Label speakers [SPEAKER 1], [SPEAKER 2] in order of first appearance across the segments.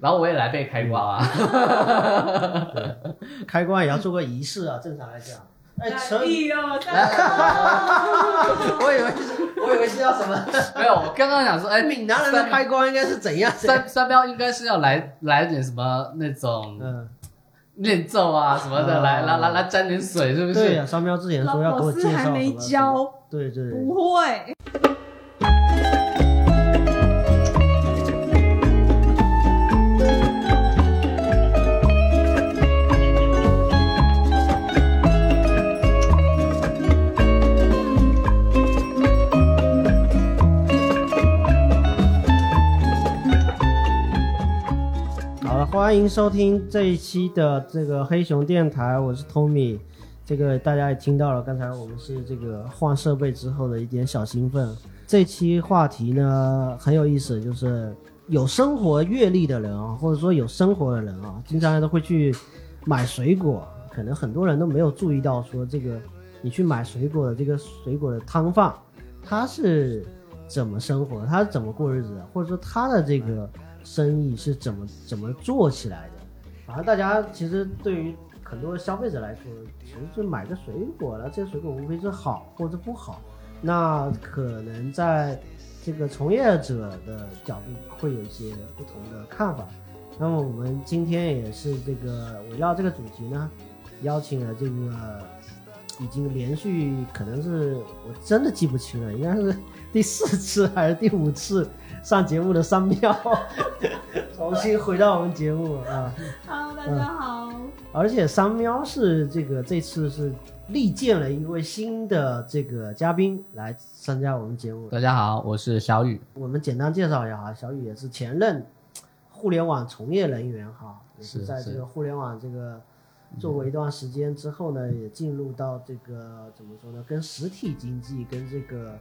[SPEAKER 1] 然后我也来被开挂啊，
[SPEAKER 2] 嗯开棺也要做个仪式啊，正常来讲。哎，扯，
[SPEAKER 3] 地哦，三
[SPEAKER 2] 我以为是， 我以为是要什么？
[SPEAKER 1] 没有，我刚刚想说，哎，
[SPEAKER 2] 闽南人的开棺应该是怎样？
[SPEAKER 1] 三三标应该是要来来点什么那种
[SPEAKER 2] 嗯，
[SPEAKER 1] 念咒啊什么的，
[SPEAKER 2] 啊
[SPEAKER 1] 来来来来沾点水，是不
[SPEAKER 2] 对
[SPEAKER 1] 是？
[SPEAKER 2] 呀，商标之前
[SPEAKER 3] 老
[SPEAKER 2] 说要给
[SPEAKER 3] 老
[SPEAKER 2] 我介
[SPEAKER 3] 师
[SPEAKER 2] 绍
[SPEAKER 3] 还
[SPEAKER 2] 什
[SPEAKER 3] 没
[SPEAKER 2] 么？
[SPEAKER 3] 教，
[SPEAKER 2] 对对对，
[SPEAKER 3] 不会。
[SPEAKER 2] 好了，欢迎收听这一期的这个黑熊电台，我是 Tommy。这个大家也听到了，刚才我们是这个换设备之后的一点小兴奋。这期话题呢很有意思，就是有生活阅历的人啊，或者说有生活的人啊，经常都会去买水果，可能很多人都没有注意到说这个你去买水果的这个水果的摊贩，他是怎么生活，他是怎么过日子的，或者说他的这个。生意是怎么怎么做起来的。反正大家其实对于很多消费者来说，其实就买个水果了，这个水果无非是好或者不好。那可能在这个从业者的角度会有一些不同的看法。那么我们今天也是这个围绕这个主题呢，邀请了这个已经连续可能是我真的记不清了，应该是第四次 还是第五次上节目的商标，重新回到我们节目啊。
[SPEAKER 3] Hello，大家好，
[SPEAKER 2] 而且三喵是这个这次是力荐了一位新的这个嘉宾来参加我们节目。
[SPEAKER 1] 大家好，我是小雨，
[SPEAKER 2] 我们简单介绍一下啊，小雨也是前任互联网从业人员哈，也是
[SPEAKER 1] 是嗯
[SPEAKER 2] 在这个互联网这个做过一段时间之后呢，也进入到这个怎么说呢，跟实体经济跟这个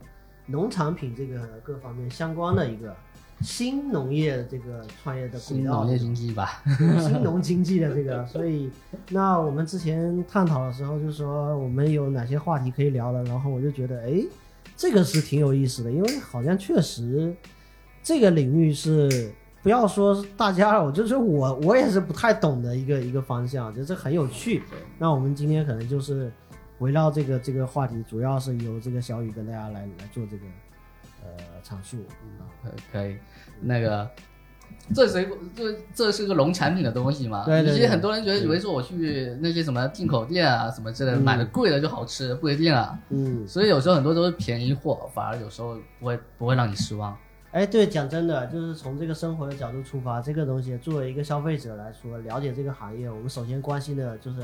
[SPEAKER 2] 农产品这个各方面相关的一个新农业的这个啊创业的轨
[SPEAKER 1] 新
[SPEAKER 2] 道
[SPEAKER 1] 农业经济吧，
[SPEAKER 2] 新农经济的这个，所以那我们之前探讨的时候，就说我们有哪些话题可以聊的，然后我就觉得，哎，这个是挺有意思的，因为好像确实这个领域是不要说大家了，我就是我我也是不太懂的一个一个方向，就是很有趣。那我们今天可能就是围绕这个这个话题，主要是由这个小雨跟大家来来做这个呃阐述啊。
[SPEAKER 1] 可可以，那个。这水果，这这是个农产品的东西嘛？
[SPEAKER 2] 对对对
[SPEAKER 1] 其实很多人觉得以为说我去那些什么进口店啊什么之类的，买的贵的就好吃，不一定啊。
[SPEAKER 2] 嗯，
[SPEAKER 1] 所以有时候很多都是便宜货，反而有时候不会不会让你失望。
[SPEAKER 2] 哎，对，讲真的，就是从这个生活的角度出发，这个东西作为一个消费者来说，了解这个行业，我们首先关心的就是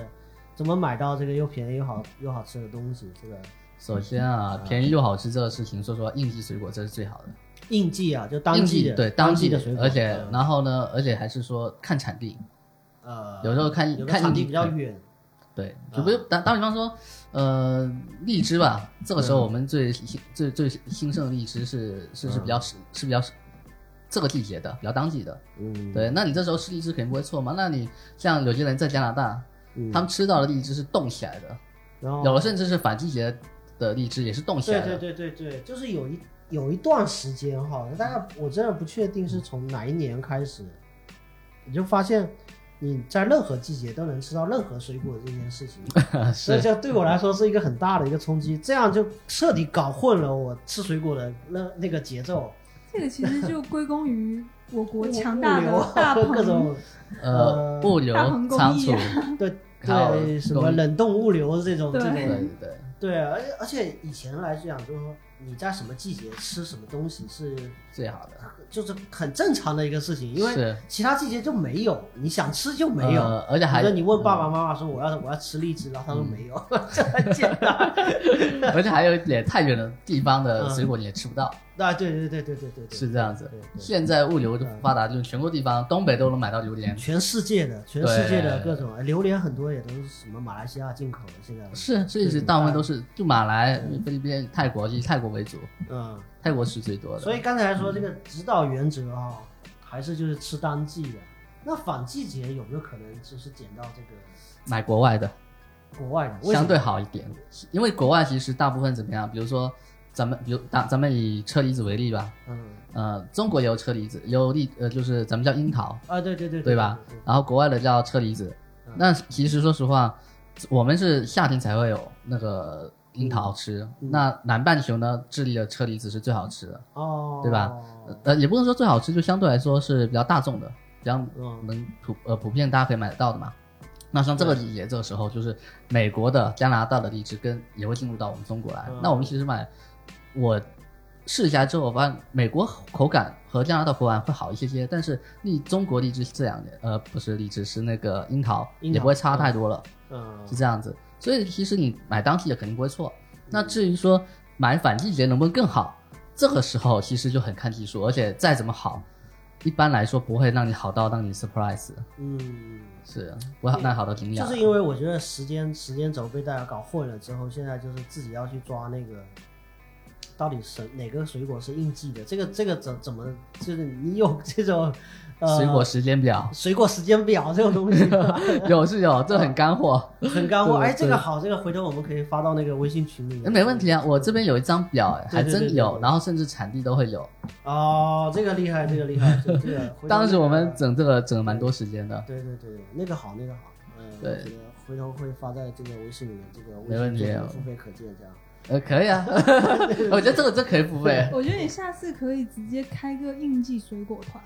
[SPEAKER 2] 怎么买到这个又便宜又好又好吃的东西。这个
[SPEAKER 1] 首先啊，便宜又好吃这个事情，说实话，应季水果这是最好的。
[SPEAKER 2] 应季啊，就当
[SPEAKER 1] 应
[SPEAKER 2] 季
[SPEAKER 1] 季
[SPEAKER 2] 的，
[SPEAKER 1] 对
[SPEAKER 2] 当
[SPEAKER 1] 季
[SPEAKER 2] 的水果，
[SPEAKER 1] 而且
[SPEAKER 2] 嗯
[SPEAKER 1] 然后呢，而且还是说看产地，
[SPEAKER 2] 呃，
[SPEAKER 1] 有时候看
[SPEAKER 2] 有的
[SPEAKER 1] 看
[SPEAKER 2] 产
[SPEAKER 1] 应
[SPEAKER 2] 地
[SPEAKER 1] 季
[SPEAKER 2] 比较远，
[SPEAKER 1] 对，
[SPEAKER 2] 嗯
[SPEAKER 1] 就不是打打比方说，呃，荔枝吧，这个时候我们
[SPEAKER 2] 嗯
[SPEAKER 1] 最兴最最兴盛的荔枝是是是比较是是比较这个季节的，比较当季的。
[SPEAKER 2] 嗯，
[SPEAKER 1] 对，那你这时候吃荔枝肯定不会错嘛。那你像有些人在加拿大，
[SPEAKER 2] 嗯
[SPEAKER 1] 他们吃到的荔枝是冻起来的，
[SPEAKER 2] 然后
[SPEAKER 1] 有的甚至是反季节的荔枝也是冻起
[SPEAKER 2] 对
[SPEAKER 1] 来
[SPEAKER 2] 对
[SPEAKER 1] 的。
[SPEAKER 2] 对对对，就是有一有一段时间哈，大概
[SPEAKER 1] 嗯
[SPEAKER 2] 我真的不确定是从哪一年开始，你就发现你在任何季节都能吃到任何水果这件事情。所以
[SPEAKER 1] 是
[SPEAKER 2] 这对我来说是一个很大的一个冲击，这样就彻底搞混了我吃水果的那那个节奏。
[SPEAKER 3] 这个其实就归功于我国
[SPEAKER 2] 物
[SPEAKER 3] 强 大
[SPEAKER 2] 物流
[SPEAKER 3] 的
[SPEAKER 2] 啊
[SPEAKER 3] 大
[SPEAKER 2] 各
[SPEAKER 3] 棚
[SPEAKER 2] 种
[SPEAKER 1] 呃，物流
[SPEAKER 3] 大棚工
[SPEAKER 1] 仓
[SPEAKER 3] 艺
[SPEAKER 1] 储，
[SPEAKER 2] 对
[SPEAKER 1] 还
[SPEAKER 2] 对
[SPEAKER 1] 有
[SPEAKER 2] 什么
[SPEAKER 1] 工艺
[SPEAKER 2] 冷冻物流这种这
[SPEAKER 3] 对
[SPEAKER 1] 对
[SPEAKER 2] 种
[SPEAKER 1] 对对。
[SPEAKER 2] 对，而且而且以前来讲，就是说你在什么季节吃什么东西是
[SPEAKER 1] 最好的，
[SPEAKER 2] 就是很正常的一个事情，因为
[SPEAKER 1] 是
[SPEAKER 2] 其他季节就没有，你想吃就没有。
[SPEAKER 1] 呃而且还
[SPEAKER 2] 比如说你问爸爸妈妈说我要我要吃荔枝，然后他说没有，这很简单。
[SPEAKER 1] 嗯而且还有一点太远的地方的
[SPEAKER 2] 嗯
[SPEAKER 1] 水果你也吃不到，
[SPEAKER 2] 啊，对对对对对对对，
[SPEAKER 1] 嗯是这样子
[SPEAKER 2] 对。对
[SPEAKER 1] 现在物流就发达，就是全国地方，东北都能买到榴莲，
[SPEAKER 2] 全世界的，全世界的
[SPEAKER 1] 对
[SPEAKER 2] 各种哎榴莲很多也都是什么马来西亚进口的，现在，
[SPEAKER 1] 是，这一直大部分都是就马来、菲律宾、泰国，以泰国为主，
[SPEAKER 2] 嗯，
[SPEAKER 1] 泰国是最多的。嗯
[SPEAKER 2] 所以刚才说这个指导原则啊、还是就是吃当季的。那反季节有没有可能就是捡到这个
[SPEAKER 1] 买国外的
[SPEAKER 2] 国外的？为什么
[SPEAKER 1] 相对好一点，因为国外其实大部分怎么样，比如说咱们比如咱咱们以车厘子为例吧，
[SPEAKER 2] 嗯，
[SPEAKER 1] 呃，中国也有车厘子，有栗呃就是咱们叫樱桃，
[SPEAKER 2] 啊，对对对
[SPEAKER 1] 对吧？然后国外的叫车厘子
[SPEAKER 2] 嗯。
[SPEAKER 1] 那其实说实话，我们是夏天才会有那个樱桃吃。
[SPEAKER 2] 嗯
[SPEAKER 1] 那南半球呢，智利的车厘子是最好吃的，
[SPEAKER 2] 哦，
[SPEAKER 1] 对吧？呃，也不能说最好吃，就相对来说是比较大众的，比较
[SPEAKER 2] 嗯
[SPEAKER 1] 能普呃普遍大家可以买得到的嘛。那像这个季节这个时候，就是美国的、加拿大的荔枝跟也会进入到我们中国来。
[SPEAKER 2] 嗯
[SPEAKER 1] 那我们其实买，我试一下之后，我发现美国口感和加拿大口感会好一些些，但是荔中国荔枝这两年呃不是荔枝是那个樱桃
[SPEAKER 2] 樱桃
[SPEAKER 1] 也不会差太多了，
[SPEAKER 2] 嗯
[SPEAKER 1] 是这样子。所以其实你买当季的肯定不会错。那至于说买反季节能不能更好，这个时候其实就很看技术，而且再怎么好，一般来说不会让你好到让你 surprise，
[SPEAKER 2] 嗯，
[SPEAKER 1] 是不好那好到惊讶。
[SPEAKER 2] 就是因为我觉得时间时间轴被大家搞混了之后，现在就是自己要去抓那个。到底是哪个水果是应季的？这个这个怎怎么就是你有 这种，呃，
[SPEAKER 1] 水果时间 表、
[SPEAKER 2] 水果时间表这种东西 吗
[SPEAKER 1] 有是有，这很干 货，
[SPEAKER 2] 很干货。
[SPEAKER 1] 对
[SPEAKER 2] 哎，这
[SPEAKER 1] 对
[SPEAKER 2] 个好，这个回头我们可以发到那个微信群里面。
[SPEAKER 1] 没问题啊。我这边有一张表，哎
[SPEAKER 2] 对对
[SPEAKER 1] 还
[SPEAKER 2] 对
[SPEAKER 1] 真
[SPEAKER 2] 对
[SPEAKER 1] 有，
[SPEAKER 2] 对
[SPEAKER 1] 然后甚至产地都会有。
[SPEAKER 2] 哦，这个厉害，这个厉害，这个这个。回头
[SPEAKER 1] 当时我
[SPEAKER 2] 那
[SPEAKER 1] 们
[SPEAKER 2] 个
[SPEAKER 1] 整这个整了蛮多时间的，
[SPEAKER 2] 对对对，对那个好，那个好。嗯，
[SPEAKER 1] 对
[SPEAKER 2] 我觉得回头会发在这个微信里面，这个微信
[SPEAKER 1] 没问题啊
[SPEAKER 2] 付费可见这样。
[SPEAKER 1] 呃，可 以啊， 我觉得这个这可以付费。
[SPEAKER 3] 我觉得你下次可以直接开个应季水果团，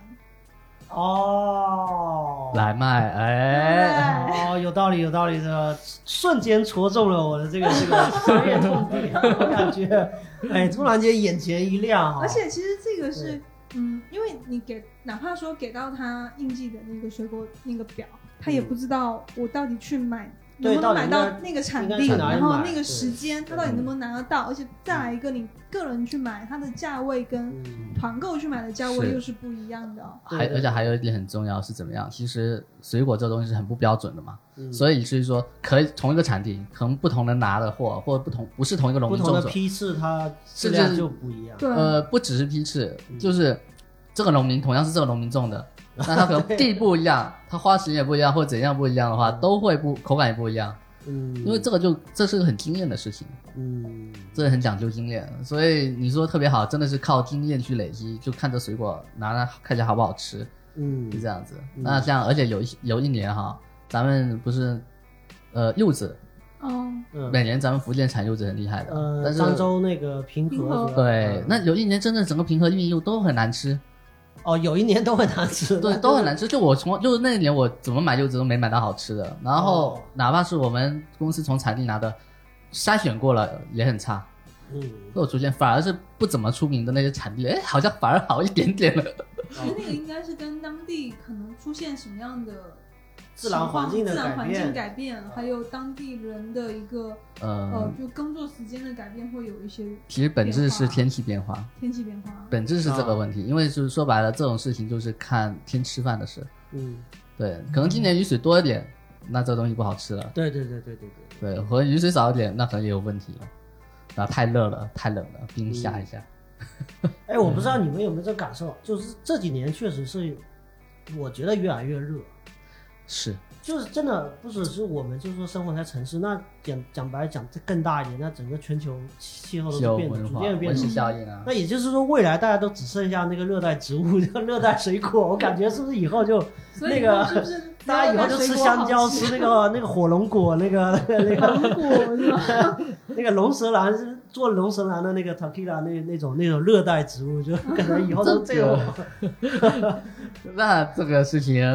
[SPEAKER 1] 啊
[SPEAKER 2] 哦，
[SPEAKER 1] 来卖，哎，
[SPEAKER 2] 哦，有道理，有道理，这个瞬间戳中了我的这个这 个商业痛点，我感觉，哎，突然间眼前一亮哈。啊
[SPEAKER 3] 而且其实这个是
[SPEAKER 2] 哦对，
[SPEAKER 3] 嗯，因为你给哪怕说给到他应季的那个水果那个表，他也不知道我到底去买。
[SPEAKER 2] 嗯对
[SPEAKER 3] 能不能买
[SPEAKER 2] 到底应
[SPEAKER 3] 到那个产
[SPEAKER 2] 应该
[SPEAKER 3] 地，
[SPEAKER 2] 去哪里
[SPEAKER 3] 然后
[SPEAKER 2] 买
[SPEAKER 3] 那
[SPEAKER 2] 对
[SPEAKER 3] 个时间，他到底能不能拿得到？而且再来一个，你个人去买，它的价位跟
[SPEAKER 2] 嗯，
[SPEAKER 3] 团购去买的价
[SPEAKER 1] 是
[SPEAKER 3] 位又是不一样的哦。
[SPEAKER 2] 对
[SPEAKER 1] 还
[SPEAKER 2] 对
[SPEAKER 1] 而且
[SPEAKER 2] 对
[SPEAKER 1] 还有一点很重要是怎么样？其实水果这个东西是很不标准的嘛，
[SPEAKER 2] 嗯
[SPEAKER 1] 所以是说可以同一个产地，可能不同人拿的货，或者不同不是同一个农
[SPEAKER 2] 不
[SPEAKER 1] 民
[SPEAKER 2] 同
[SPEAKER 1] 种
[SPEAKER 2] 的
[SPEAKER 1] 植，
[SPEAKER 2] 批次它
[SPEAKER 1] 是
[SPEAKER 2] 质量
[SPEAKER 1] 是
[SPEAKER 2] 就不一样。
[SPEAKER 3] 对，
[SPEAKER 1] 呃，不只是批次，
[SPEAKER 2] 嗯
[SPEAKER 1] 就是这个农民同样是这个农民种 的，那他可能地不一样，他花时间也不一样，或者怎样不一样的话，都会不口感也不一样，
[SPEAKER 2] 嗯，
[SPEAKER 1] 因为这个就这是个很经验的事情，
[SPEAKER 2] 嗯，
[SPEAKER 1] 这很讲究经验，所以你说特别好，真的是靠经验去累积，就看这水果拿来看起来好不好吃，
[SPEAKER 2] 嗯
[SPEAKER 1] 是这样子。那像而且有一有一年哈，咱们不是呃柚子，
[SPEAKER 3] 哦，
[SPEAKER 2] 嗯，
[SPEAKER 1] 每年咱们福建产柚子很厉害的，
[SPEAKER 2] 呃，
[SPEAKER 1] 但是
[SPEAKER 2] 漳州那个平
[SPEAKER 3] 平
[SPEAKER 2] 和
[SPEAKER 3] 和
[SPEAKER 2] 是吧
[SPEAKER 1] 对
[SPEAKER 2] 嗯，
[SPEAKER 1] 那有一年真正整个平和运柚都很难吃，
[SPEAKER 2] 哦，有一年都很难吃，
[SPEAKER 1] 对，都很难吃。就我从就是那一年我怎么买柚子都没买到好吃的，然后
[SPEAKER 2] 哦
[SPEAKER 1] 哪怕是我们公司从产地拿的，筛选过了也很差，
[SPEAKER 2] 嗯，
[SPEAKER 1] 都有出现，反而是不怎么出名的那些产地，哎，好像反而好一点点了。
[SPEAKER 3] 其实那个应该是跟当地可能出现什么样的
[SPEAKER 2] 自然环境的
[SPEAKER 3] 情况自
[SPEAKER 2] 改
[SPEAKER 3] 然环
[SPEAKER 2] 变，
[SPEAKER 3] 境改变，还有当地人的一个呃
[SPEAKER 2] 嗯
[SPEAKER 1] 呃，，
[SPEAKER 3] 就工作时间的改变，会有一些
[SPEAKER 1] 其实本质是天气变化，
[SPEAKER 3] 天气变化。
[SPEAKER 1] 本质是这个问
[SPEAKER 2] 哦
[SPEAKER 1] 题，因为就是说白了，这种事情就是看天吃饭的事。
[SPEAKER 2] 嗯，
[SPEAKER 1] 对，可能今年雨水多一点，那这东西不好吃了。
[SPEAKER 2] 对对对对对对，
[SPEAKER 1] 对，或者雨水少一点，那可能也有问题了。然后太热了，太冷了，冰下一下。
[SPEAKER 2] 嗯哎，我不知道
[SPEAKER 1] 嗯
[SPEAKER 2] 你们有没有这感受，就是这几年确实是，我觉得越来越热，
[SPEAKER 1] 是，
[SPEAKER 2] 就是真的不只是我们，就是说生活在城市，那讲讲白了讲更大一点，那整个全球气气候都
[SPEAKER 1] 气
[SPEAKER 2] 是
[SPEAKER 1] 候
[SPEAKER 2] 变得
[SPEAKER 1] 文
[SPEAKER 2] 逐
[SPEAKER 1] 化、
[SPEAKER 2] 渐变
[SPEAKER 1] 温
[SPEAKER 2] 暖
[SPEAKER 1] 室。效应啊。
[SPEAKER 2] 那也就是说，未来大家都只剩下那个热带植物、 热带水果，我感觉是不是以后就
[SPEAKER 3] 所
[SPEAKER 2] 那
[SPEAKER 3] 以
[SPEAKER 2] 个
[SPEAKER 3] 是不是
[SPEAKER 2] 大家以后就吃香蕉，吃那 个那个火龙果，那个那个
[SPEAKER 3] 芒果是吧？
[SPEAKER 2] 那个龙舌兰是做龙舌兰的那个 t a k i l a 那那种那种热带植物，就可能以后都 这种。
[SPEAKER 1] 那这个事情，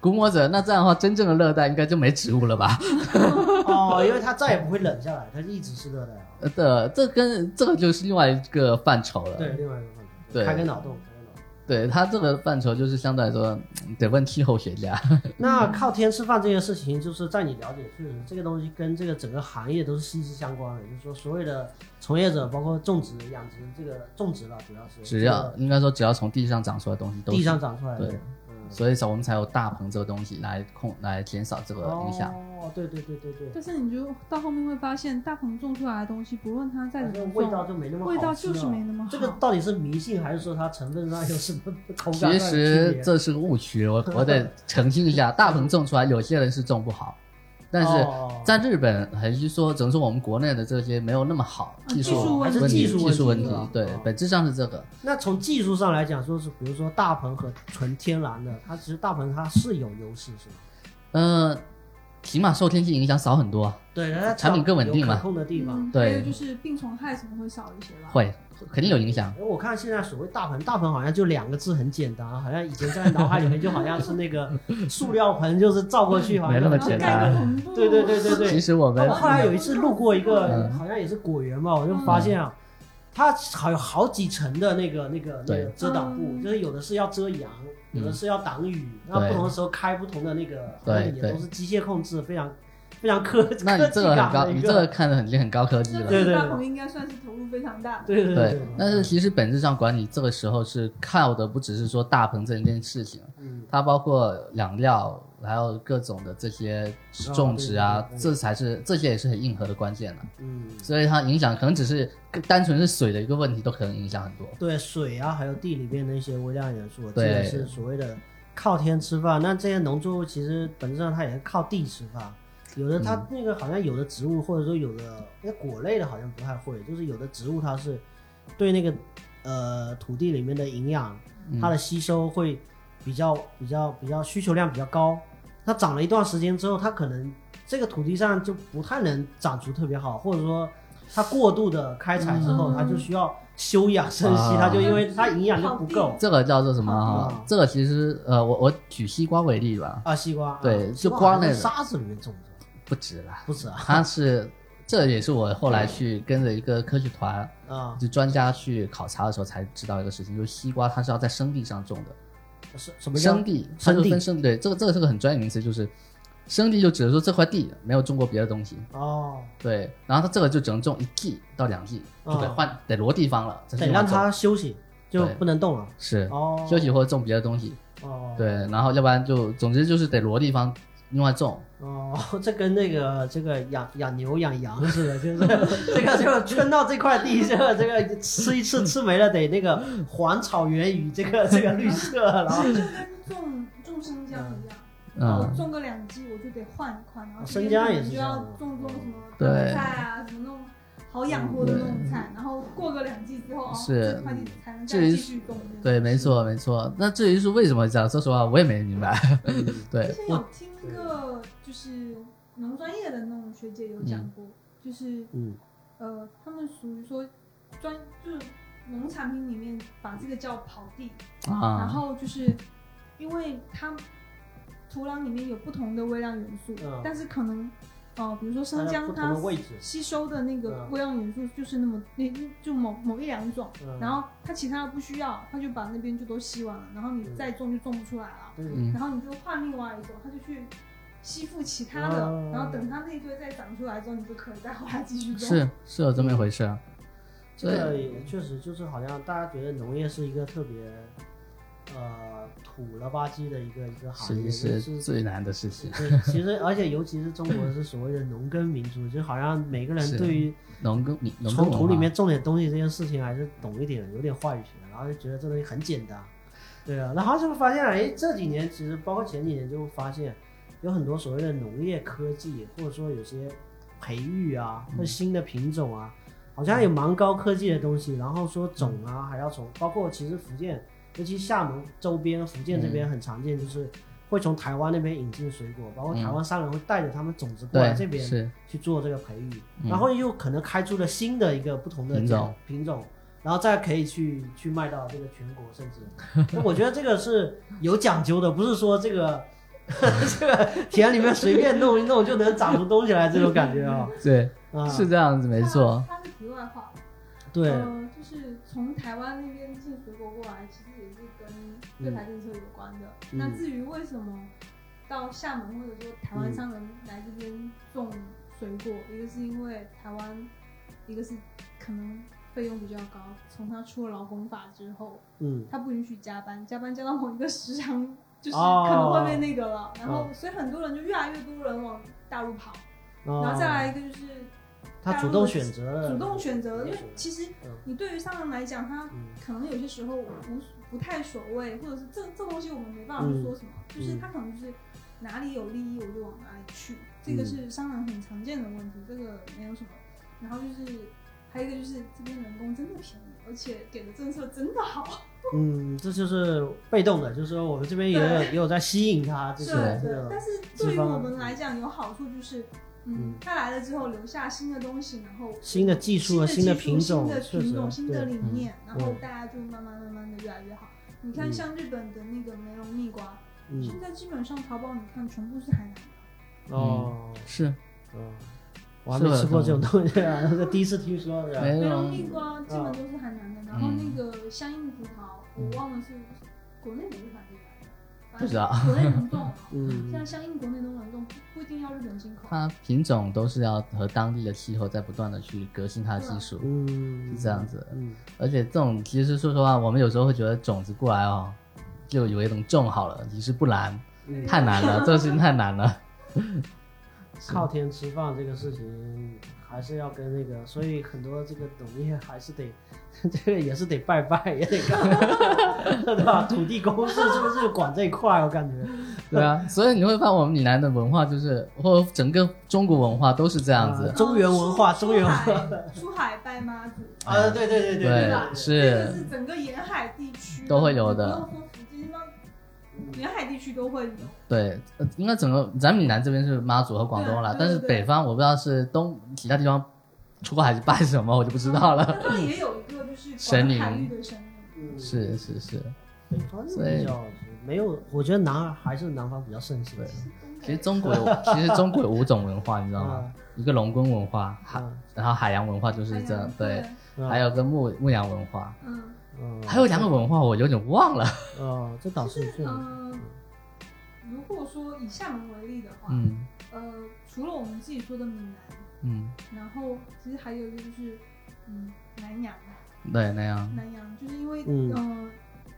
[SPEAKER 1] 估摸着，那这样的话，真正的热带应该就没植物了吧？
[SPEAKER 2] 哦，因为它再也不会冷下来，它一直是热带啊。
[SPEAKER 1] 呃，这这跟这个就是另外一个范畴了。
[SPEAKER 2] 对，另外一个问题，
[SPEAKER 1] 对
[SPEAKER 2] 开个脑洞，开个脑洞。
[SPEAKER 1] 对，它这个范畴就是相对来说嗯得问气候学家。嗯
[SPEAKER 2] 那靠天吃饭这件事情，就是在你了解，确实这个东西跟这个整个行业都是息息相关的。就是说，所有的从业者，包括种植、养殖，这个种植了，主要是
[SPEAKER 1] 只要应该说，只要从地上长出来的东西啊
[SPEAKER 2] 这
[SPEAKER 1] 都
[SPEAKER 2] 个
[SPEAKER 1] 是
[SPEAKER 2] 地上长出来的，
[SPEAKER 1] 对
[SPEAKER 2] 嗯，
[SPEAKER 1] 所以说我们才有大棚这个东西来控来减少这个影响。
[SPEAKER 2] 哦，对对对对对，
[SPEAKER 3] 但是你就到后面会发现，大棚种出来的东西，不论它再
[SPEAKER 2] 反
[SPEAKER 3] 怎
[SPEAKER 2] 正
[SPEAKER 3] 么
[SPEAKER 2] 味道
[SPEAKER 3] 种，
[SPEAKER 2] 就没那么好
[SPEAKER 3] 味道
[SPEAKER 2] 吃
[SPEAKER 3] 就是
[SPEAKER 2] 了
[SPEAKER 3] 没那么好。
[SPEAKER 2] 这个到底是迷信，还是说它成分上有什么口感上
[SPEAKER 1] 其
[SPEAKER 2] 的区别？
[SPEAKER 1] 实这是个误区，我我得澄清一下，大棚种出来，有些人是种不好，但是
[SPEAKER 2] 哦
[SPEAKER 1] 在日本还是说，只能说我们国内的这些没有那么好
[SPEAKER 3] 啊
[SPEAKER 1] 技
[SPEAKER 3] 技术
[SPEAKER 1] 术问
[SPEAKER 3] 问题
[SPEAKER 1] 题，
[SPEAKER 2] 还是技术
[SPEAKER 1] 技术
[SPEAKER 2] 问
[SPEAKER 1] 问
[SPEAKER 2] 题
[SPEAKER 1] 题
[SPEAKER 2] 啊，
[SPEAKER 1] 对
[SPEAKER 2] 啊，
[SPEAKER 1] 本质上是这个。
[SPEAKER 2] 那从技术上来讲，说是比如说大棚和纯天然的，它其实大棚它是有优势，是吗？
[SPEAKER 1] 呃，起码受天气影响少很多，
[SPEAKER 2] 对，它
[SPEAKER 1] 产品更稳定
[SPEAKER 2] 有
[SPEAKER 1] 嘛
[SPEAKER 2] 可控的地方。
[SPEAKER 3] 嗯
[SPEAKER 1] 对
[SPEAKER 3] 还有就是病虫害什么会少一些吧？
[SPEAKER 1] 会肯定有影响。
[SPEAKER 2] 哎我看现在所谓大棚，大棚好像就两个字很简单，好像以前在脑海里面就好像是 那个塑料盆，就是照过去，好像
[SPEAKER 4] 没那么
[SPEAKER 3] 然后
[SPEAKER 4] 简
[SPEAKER 3] 盖
[SPEAKER 4] 单
[SPEAKER 3] 个篷布，
[SPEAKER 2] 对对对对对
[SPEAKER 1] 其。实我
[SPEAKER 2] 但
[SPEAKER 1] 们
[SPEAKER 2] 我后来有一次路过一个，
[SPEAKER 1] 嗯
[SPEAKER 2] 好像也是果园吧，我就发现啊，它好有好几层的那个那个那个
[SPEAKER 1] 对嗯
[SPEAKER 2] 遮挡布，
[SPEAKER 3] 嗯
[SPEAKER 2] 就是有的是要遮阳，有的是要挡雨，那
[SPEAKER 1] 对
[SPEAKER 2] 不同的时候开不同的那个，好
[SPEAKER 1] 对
[SPEAKER 2] 像也
[SPEAKER 1] 对
[SPEAKER 2] 都是机械控制，非常非常科科技
[SPEAKER 1] 嗯那你这个很
[SPEAKER 2] 感
[SPEAKER 1] 高，
[SPEAKER 2] 的
[SPEAKER 1] 你
[SPEAKER 2] 一
[SPEAKER 1] 这个看得很已经很高科技
[SPEAKER 3] 那
[SPEAKER 1] 了。
[SPEAKER 2] 对对对
[SPEAKER 3] 大棚应该算是投入非常大的。
[SPEAKER 2] 对对
[SPEAKER 1] 对
[SPEAKER 2] 对，，
[SPEAKER 1] 但是其实本质上管理这个时候是靠的不只是说大棚这一件事情，
[SPEAKER 2] 嗯
[SPEAKER 1] 它包括养料，还有各种的这些种植
[SPEAKER 2] 哦
[SPEAKER 1] 啊
[SPEAKER 2] 对对，对
[SPEAKER 1] 这才是这些也是很硬核的关键了。
[SPEAKER 2] 嗯，
[SPEAKER 1] 所以它影响可能只是单纯是水的一个问题，都可能影响很多。
[SPEAKER 2] 对水啊，还有地里面的一些微量元素，我记
[SPEAKER 1] 对
[SPEAKER 2] 得是所谓的靠天吃饭。那这些农作物其实本质上它也是靠地吃饭，有的
[SPEAKER 1] 嗯
[SPEAKER 2] 它那个好像有的植物，或者说有的那果类的好像不太会，就是有的植物它是对那个呃土地里面的营养，它的吸收会比较比较比较需求量比较高。它长了一段时间之后，它可能这个土地上就不太能长出特别好，或者说它过度的开采之后，
[SPEAKER 3] 嗯
[SPEAKER 2] 它就需要休养生息，
[SPEAKER 1] 啊
[SPEAKER 2] 它就因为它营养就不 够
[SPEAKER 1] 这个叫做什么
[SPEAKER 2] 嗯
[SPEAKER 1] 啊？这个其实呃，我我举西瓜为例吧，
[SPEAKER 2] 啊。西瓜
[SPEAKER 1] 对
[SPEAKER 2] 啊
[SPEAKER 1] 就光那个
[SPEAKER 2] 西瓜好像在沙子里面种的，
[SPEAKER 1] 不止啦，
[SPEAKER 2] 不止啊
[SPEAKER 1] 它是这也是我后来去跟着一个科学团，
[SPEAKER 2] 啊，
[SPEAKER 1] 就专家去考察的时候才知道一个事情，就是西瓜它是要在生地上种的。
[SPEAKER 2] 什什么叫
[SPEAKER 1] 生地，它
[SPEAKER 2] 生
[SPEAKER 1] 就
[SPEAKER 2] 地
[SPEAKER 1] 分生对，这个这个是个很专业名词，就是生地就指的说这块地没有种过别的东西，
[SPEAKER 2] 哦？
[SPEAKER 1] 对，然后它这个就只能种一季到两季，就得
[SPEAKER 2] 嗯
[SPEAKER 1] 换、得挪地方了，才
[SPEAKER 2] 得
[SPEAKER 1] 能
[SPEAKER 2] 让
[SPEAKER 1] 种
[SPEAKER 2] 它休息，就不能动了
[SPEAKER 1] 是、
[SPEAKER 2] 哦。
[SPEAKER 1] 休息或者种别的东西，
[SPEAKER 2] 哦，
[SPEAKER 1] 对，然后要不然就总之就是得挪地方另外种，
[SPEAKER 2] 哦， 这跟那个这个养养牛养羊似的，就是这个就圈到这块地，这个这个吃一次吃没了，得那个还草原与这个这个绿色，然后
[SPEAKER 3] 其实就跟种种生姜一样，我
[SPEAKER 2] 哦
[SPEAKER 1] 嗯，
[SPEAKER 3] 种个两季我就得换一款，然后
[SPEAKER 2] 生姜也是
[SPEAKER 3] 就
[SPEAKER 2] 这样
[SPEAKER 3] 要
[SPEAKER 2] 的
[SPEAKER 3] 种种什么
[SPEAKER 1] 对
[SPEAKER 3] 菜啊，什么那种好养活的那种菜，然后过个两季之后，哦
[SPEAKER 1] 是
[SPEAKER 3] 这块地才能
[SPEAKER 1] 至
[SPEAKER 3] 再
[SPEAKER 1] 于
[SPEAKER 3] 继续种。
[SPEAKER 1] 对，没。错没错。那至于是为什么这样，说实话我也没明白，
[SPEAKER 3] 之
[SPEAKER 1] 对，
[SPEAKER 3] 前有听一个就是农专业的那种学姐有讲过，就是
[SPEAKER 2] 嗯
[SPEAKER 3] 呃，他们属于说专就是农产品里面把这个叫跑地，然
[SPEAKER 1] 啊，
[SPEAKER 3] 后就是因为它土壤里面有不同的微量元素，
[SPEAKER 2] 嗯
[SPEAKER 3] 但是可能呃，比如说生
[SPEAKER 2] 它有
[SPEAKER 3] 姜
[SPEAKER 2] 不同
[SPEAKER 3] 它
[SPEAKER 2] 的位置，
[SPEAKER 3] 吸收的那个
[SPEAKER 2] 嗯
[SPEAKER 3] 微量元素就是那么那就某某一两种，
[SPEAKER 2] 嗯
[SPEAKER 3] 然后它其他的不需要，它就把那边就都吸完了，然后你再种就种不出来了，
[SPEAKER 2] 嗯
[SPEAKER 1] 嗯
[SPEAKER 3] 然后你就换另外一种，它就去。吸附其他的，
[SPEAKER 2] 嗯
[SPEAKER 3] 然后等它那一堆再长出来之后，你就可以再回来 继续种。
[SPEAKER 1] 是是有这么一回事啊，
[SPEAKER 2] 嗯这
[SPEAKER 1] 所以
[SPEAKER 2] 个也确实就是好像大家觉得农业是一个特别呃土了吧唧的一个一个行业，
[SPEAKER 1] 是
[SPEAKER 2] 就是
[SPEAKER 1] 最难的事情，
[SPEAKER 2] 对，其实而且尤其是中国是所谓的农耕民族，就好像每个人
[SPEAKER 1] 是
[SPEAKER 2] 对于
[SPEAKER 1] 农耕民农耕
[SPEAKER 2] 从
[SPEAKER 1] 文
[SPEAKER 2] 土里
[SPEAKER 1] 化
[SPEAKER 2] 面种点东西这件事情还是懂一点，有点话语权，然后就觉得这东西很简单，对啊，然后就发现，哎，这几年其实包括前几年就发现，有很多所谓的农业科技，或者说有些培育啊，或者新的品种啊，好像有蛮高科技的东西，然后说种啊，还要从包括其实福建，尤其厦门周边，福建这边很常见，就是会从台湾那边引进水果，包括台湾商人会带着他们种子过来
[SPEAKER 1] 对
[SPEAKER 2] 这边。
[SPEAKER 1] 是
[SPEAKER 2] 去做这个培育，
[SPEAKER 1] 嗯
[SPEAKER 2] 然后又可能开出了新的一个不同的
[SPEAKER 1] 品种
[SPEAKER 2] 品种，然后再可以去去卖到这个全国，甚 至，那我觉得这个是有讲究的，不是说这个 这个田里面随便弄一弄就能长出东西来这种感觉啊、
[SPEAKER 1] 对
[SPEAKER 2] 啊，
[SPEAKER 1] 是这样子没错，
[SPEAKER 3] 它。它是题外话，
[SPEAKER 2] 对，
[SPEAKER 3] 呃，就是从台湾那边进水果过来，其实也是跟对台政策有关的。
[SPEAKER 2] 嗯
[SPEAKER 3] 那至于为什么到厦门或者说台
[SPEAKER 2] 嗯
[SPEAKER 3] 湾商人来这边种水果，一个是因为台湾，一个是可能费用比较高，从他出了劳工法之后，
[SPEAKER 2] 嗯，
[SPEAKER 3] 他不允许加班，加班加到某一个时长，就是
[SPEAKER 2] 哦
[SPEAKER 3] 可能会被那个了。然后
[SPEAKER 2] 哦，
[SPEAKER 3] 所以很多人就越来越多人往大陆跑，
[SPEAKER 2] 哦
[SPEAKER 3] 然后再来一个就是。
[SPEAKER 2] 他主动选择了，
[SPEAKER 3] 主动选择，因为其实
[SPEAKER 2] 嗯
[SPEAKER 3] 你对于商人来讲，他
[SPEAKER 2] 嗯
[SPEAKER 3] 可能有些
[SPEAKER 2] 嗯
[SPEAKER 3] 时候无不太所谓，或者是这这东西我们没办法去说什么，就是他可能就是哪里有利益我就往哪里去，这个
[SPEAKER 2] 嗯
[SPEAKER 3] 是商人很常见的问题，这个没有什么。然后就是还有一个就是这边人工真的便宜，而且给的政策真的好，
[SPEAKER 2] 嗯，这就是被动的，就是说我们这边也有也有在吸引他，这
[SPEAKER 3] 对
[SPEAKER 2] 种这
[SPEAKER 3] 对。
[SPEAKER 2] 种
[SPEAKER 3] 但是对于我们来讲有好处就是，嗯
[SPEAKER 2] 嗯，
[SPEAKER 3] 他来了之后留下新的东西，然后
[SPEAKER 2] 新的技术啊，
[SPEAKER 3] 新
[SPEAKER 2] 的
[SPEAKER 3] 的
[SPEAKER 2] 品
[SPEAKER 3] 种、
[SPEAKER 2] 种
[SPEAKER 3] 新，的
[SPEAKER 2] 确
[SPEAKER 3] 品
[SPEAKER 2] 实啊
[SPEAKER 3] 种、新的
[SPEAKER 2] 对，
[SPEAKER 3] 理
[SPEAKER 1] 嗯
[SPEAKER 3] 念，然后
[SPEAKER 2] 嗯
[SPEAKER 3] 大家就慢慢慢慢的越来越好。你
[SPEAKER 2] 嗯
[SPEAKER 3] 看，像日本的那个梅隆蜜瓜，
[SPEAKER 2] 嗯
[SPEAKER 3] 现在基本上淘宝你看全部是海南的，
[SPEAKER 2] 哦，
[SPEAKER 1] 是
[SPEAKER 2] 嗯，我还没吃过这种东西啊， 这第一次听说的。
[SPEAKER 1] 没
[SPEAKER 3] 梅
[SPEAKER 1] 有
[SPEAKER 3] 隆蜜
[SPEAKER 2] 啊
[SPEAKER 3] 瓜基本都是海南的，然后
[SPEAKER 2] 嗯
[SPEAKER 3] 那个相应葡萄，我忘了是国内哪个产地来的，反
[SPEAKER 1] 不
[SPEAKER 3] 正
[SPEAKER 1] 知道
[SPEAKER 3] 国内能种，
[SPEAKER 2] 嗯啊
[SPEAKER 3] 像相应国内都能种，不不一定要日本进口。
[SPEAKER 1] 它品种都是要和当地的气候在不断的去革新它的技术，
[SPEAKER 2] 嗯，
[SPEAKER 1] 是这样子。
[SPEAKER 2] 嗯，
[SPEAKER 1] 而且这种其实说实话，我们有时候会觉得种子过来哦，就以为能种好了，其实不难，
[SPEAKER 2] 嗯
[SPEAKER 1] 太难了，这个事情太难了。
[SPEAKER 2] 靠天吃饭这个事情还是要跟那个，所以很多这个农业还是得， 这个也是得拜拜，也得干， 对吧？土地公是是不是管这一块？我感觉
[SPEAKER 1] 对啊，所以你会发现我们闽南的文化就是，或者整个中国文化都是这
[SPEAKER 2] 这
[SPEAKER 1] 样
[SPEAKER 3] 啊
[SPEAKER 1] 子。
[SPEAKER 2] 中原文化，中原文化
[SPEAKER 3] 文出海拜 妈祖，
[SPEAKER 2] 啊，对对对
[SPEAKER 1] 对
[SPEAKER 3] 吧，这个
[SPEAKER 1] 是
[SPEAKER 3] 是整个沿海地区
[SPEAKER 1] 都会有的
[SPEAKER 3] 你不用说福建地方，沿海地区都会有。
[SPEAKER 1] 对，呃应该整个咱闽南这边是妈祖和广东啦，
[SPEAKER 3] 对对啊
[SPEAKER 1] 但是
[SPEAKER 3] 对
[SPEAKER 1] 北方我不知道是东其他地方出海是拜什么，我就不知道了。
[SPEAKER 3] 但他们也有一个就是
[SPEAKER 1] 神灵
[SPEAKER 3] 广海域的神灵，
[SPEAKER 2] 嗯
[SPEAKER 1] 是是是，
[SPEAKER 2] 北方就比较没有，我觉得南还是南方比较盛行。
[SPEAKER 1] 对
[SPEAKER 3] 是东
[SPEAKER 1] 其
[SPEAKER 3] 北
[SPEAKER 1] 实中国有其实中国有五种文化，你知道吗？
[SPEAKER 3] 嗯
[SPEAKER 1] 一个龙宫文化，海
[SPEAKER 2] 嗯
[SPEAKER 1] 然后海洋文化就是这
[SPEAKER 3] 海
[SPEAKER 1] 样
[SPEAKER 3] 洋，
[SPEAKER 1] 对，，
[SPEAKER 2] 嗯
[SPEAKER 1] 还有个牧牧羊文化，
[SPEAKER 3] 嗯
[SPEAKER 2] 嗯
[SPEAKER 1] 还有两个文化我有点忘了。
[SPEAKER 2] 哦，这倒是
[SPEAKER 3] 就是
[SPEAKER 2] 确实
[SPEAKER 3] 嗯，如果说以厦门为例的话，
[SPEAKER 1] 嗯
[SPEAKER 3] 呃，除了我们自己说的闽南，
[SPEAKER 1] 嗯，
[SPEAKER 3] 然后其实还有一个就是，嗯，南洋，
[SPEAKER 1] 对，那样，
[SPEAKER 3] 南洋就是因为
[SPEAKER 2] 嗯
[SPEAKER 3] 呃，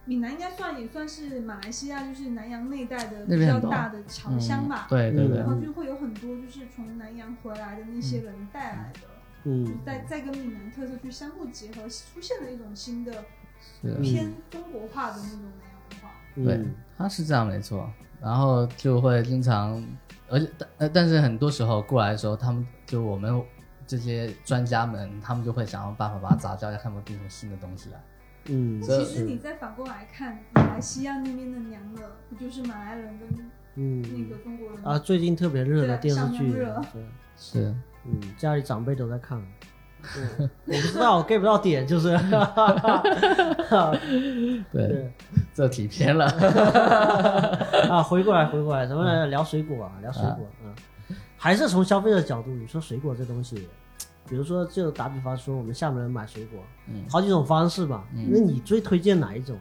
[SPEAKER 3] 闽南应该算也算是马来西亚就是南洋那一带的
[SPEAKER 1] 那
[SPEAKER 3] 比
[SPEAKER 1] 边
[SPEAKER 3] 较
[SPEAKER 1] 很多
[SPEAKER 3] 大的侨
[SPEAKER 1] 嗯
[SPEAKER 3] 乡吧，
[SPEAKER 1] 对对对
[SPEAKER 3] 然，后就会有很多就是从南洋回来的那些人带来的，就
[SPEAKER 2] 嗯
[SPEAKER 3] 是在在跟闽南特色去相互结合，出现了一种新的
[SPEAKER 1] 是。
[SPEAKER 3] 偏中国化的那种南洋文化。
[SPEAKER 1] 对
[SPEAKER 2] 嗯，
[SPEAKER 1] 他啊是这样没错，然后就会经常，而且但呃但是很多时候过来的时候，他们就我们这些专家们，他们就会想要办法把它杂交，要看有没有变成新的东西来。
[SPEAKER 2] 嗯，
[SPEAKER 1] 这
[SPEAKER 3] 其实你再反过来看，马来西亚那边的娘惹，不就是马来人跟那
[SPEAKER 2] 嗯
[SPEAKER 3] 个中国人
[SPEAKER 2] 啊，最近特别热的电视剧，
[SPEAKER 3] 对上
[SPEAKER 2] 对
[SPEAKER 1] 是，
[SPEAKER 2] 嗯，家里长辈都在看。对我不知道，我 get 不到点，就是，
[SPEAKER 1] 对，
[SPEAKER 2] 对
[SPEAKER 1] 这题偏了。
[SPEAKER 2] 啊，回过来，回过来，咱们聊水果啊，聊水果，嗯，还是从消费者角度，你说水果这东西，比如说就打比方说，我们厦门人买水果，
[SPEAKER 1] 嗯
[SPEAKER 2] 好几种方式吧，那你最推荐哪一种？